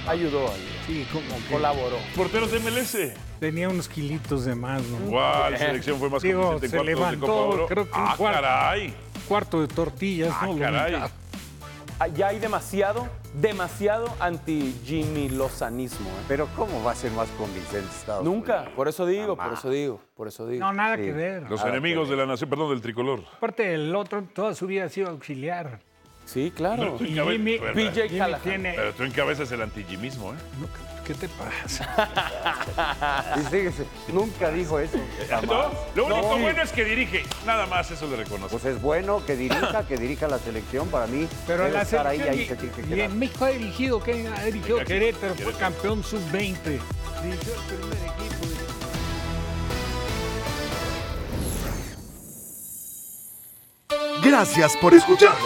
S4: Ayudó, ayudó.
S3: sí, como que
S4: Colaboró.
S2: Porteros de MLS.
S3: tenía unos kilitos de más, ¿no?
S4: [laughs]
S2: ¿Cuál selección fue más
S3: Digo,
S2: competente en
S3: se
S2: cuartos
S3: levantó,
S2: de Copa Oro?
S3: creo que un
S2: ah,
S3: cuarto.
S2: caray.
S3: Cuarto de tortillas,
S2: Ah,
S3: ¿no? Lo
S2: caray.
S3: mitad.
S4: Ah, Ya hay demasiado, demasiado anti-Jimmy Lozanismo. ¿eh?
S5: pero ¿cómo va a ser más convincente Estados
S4: Nunca.
S5: Unidos?
S4: Por eso digo, por
S5: Jamás.
S4: eso digo, por eso digo.
S3: No, nada
S5: Sí.
S3: que ver.
S2: Los enemigos de la nación, perdón, del tricolor.
S3: Aparte, el otro toda su vida ha sido auxiliar.
S4: Sí, claro.
S2: Pero tú
S3: Y
S2: encabe-
S3: Jimmy-
S2: pero-
S4: PJ
S3: Jimmy
S4: Callahan.
S3: tiene-
S2: Pero tú encabezas el antijimismo, ¿eh?
S3: No, ¿Qué te pasa?
S5: Y fíjese, nunca dijo eso.
S2: [laughs] No, lo único
S5: No.
S2: bueno es que dirige. Nada más eso le reconozco.
S5: Pues es bueno que dirija, que dirija la selección. Para mí,
S3: Pero
S5: debe
S3: la
S5: estar ahí,
S3: selección
S5: ahí
S3: y-
S5: se tiene que
S3: y
S5: quedar.
S3: en México ha dirigido, ¿qué? Ha dirigido
S2: Venga,
S3: Querétaro, fue
S2: Querétaro.
S3: campeón sub-20. Dirigió el primer equipo.
S1: Gracias por E escucharnos.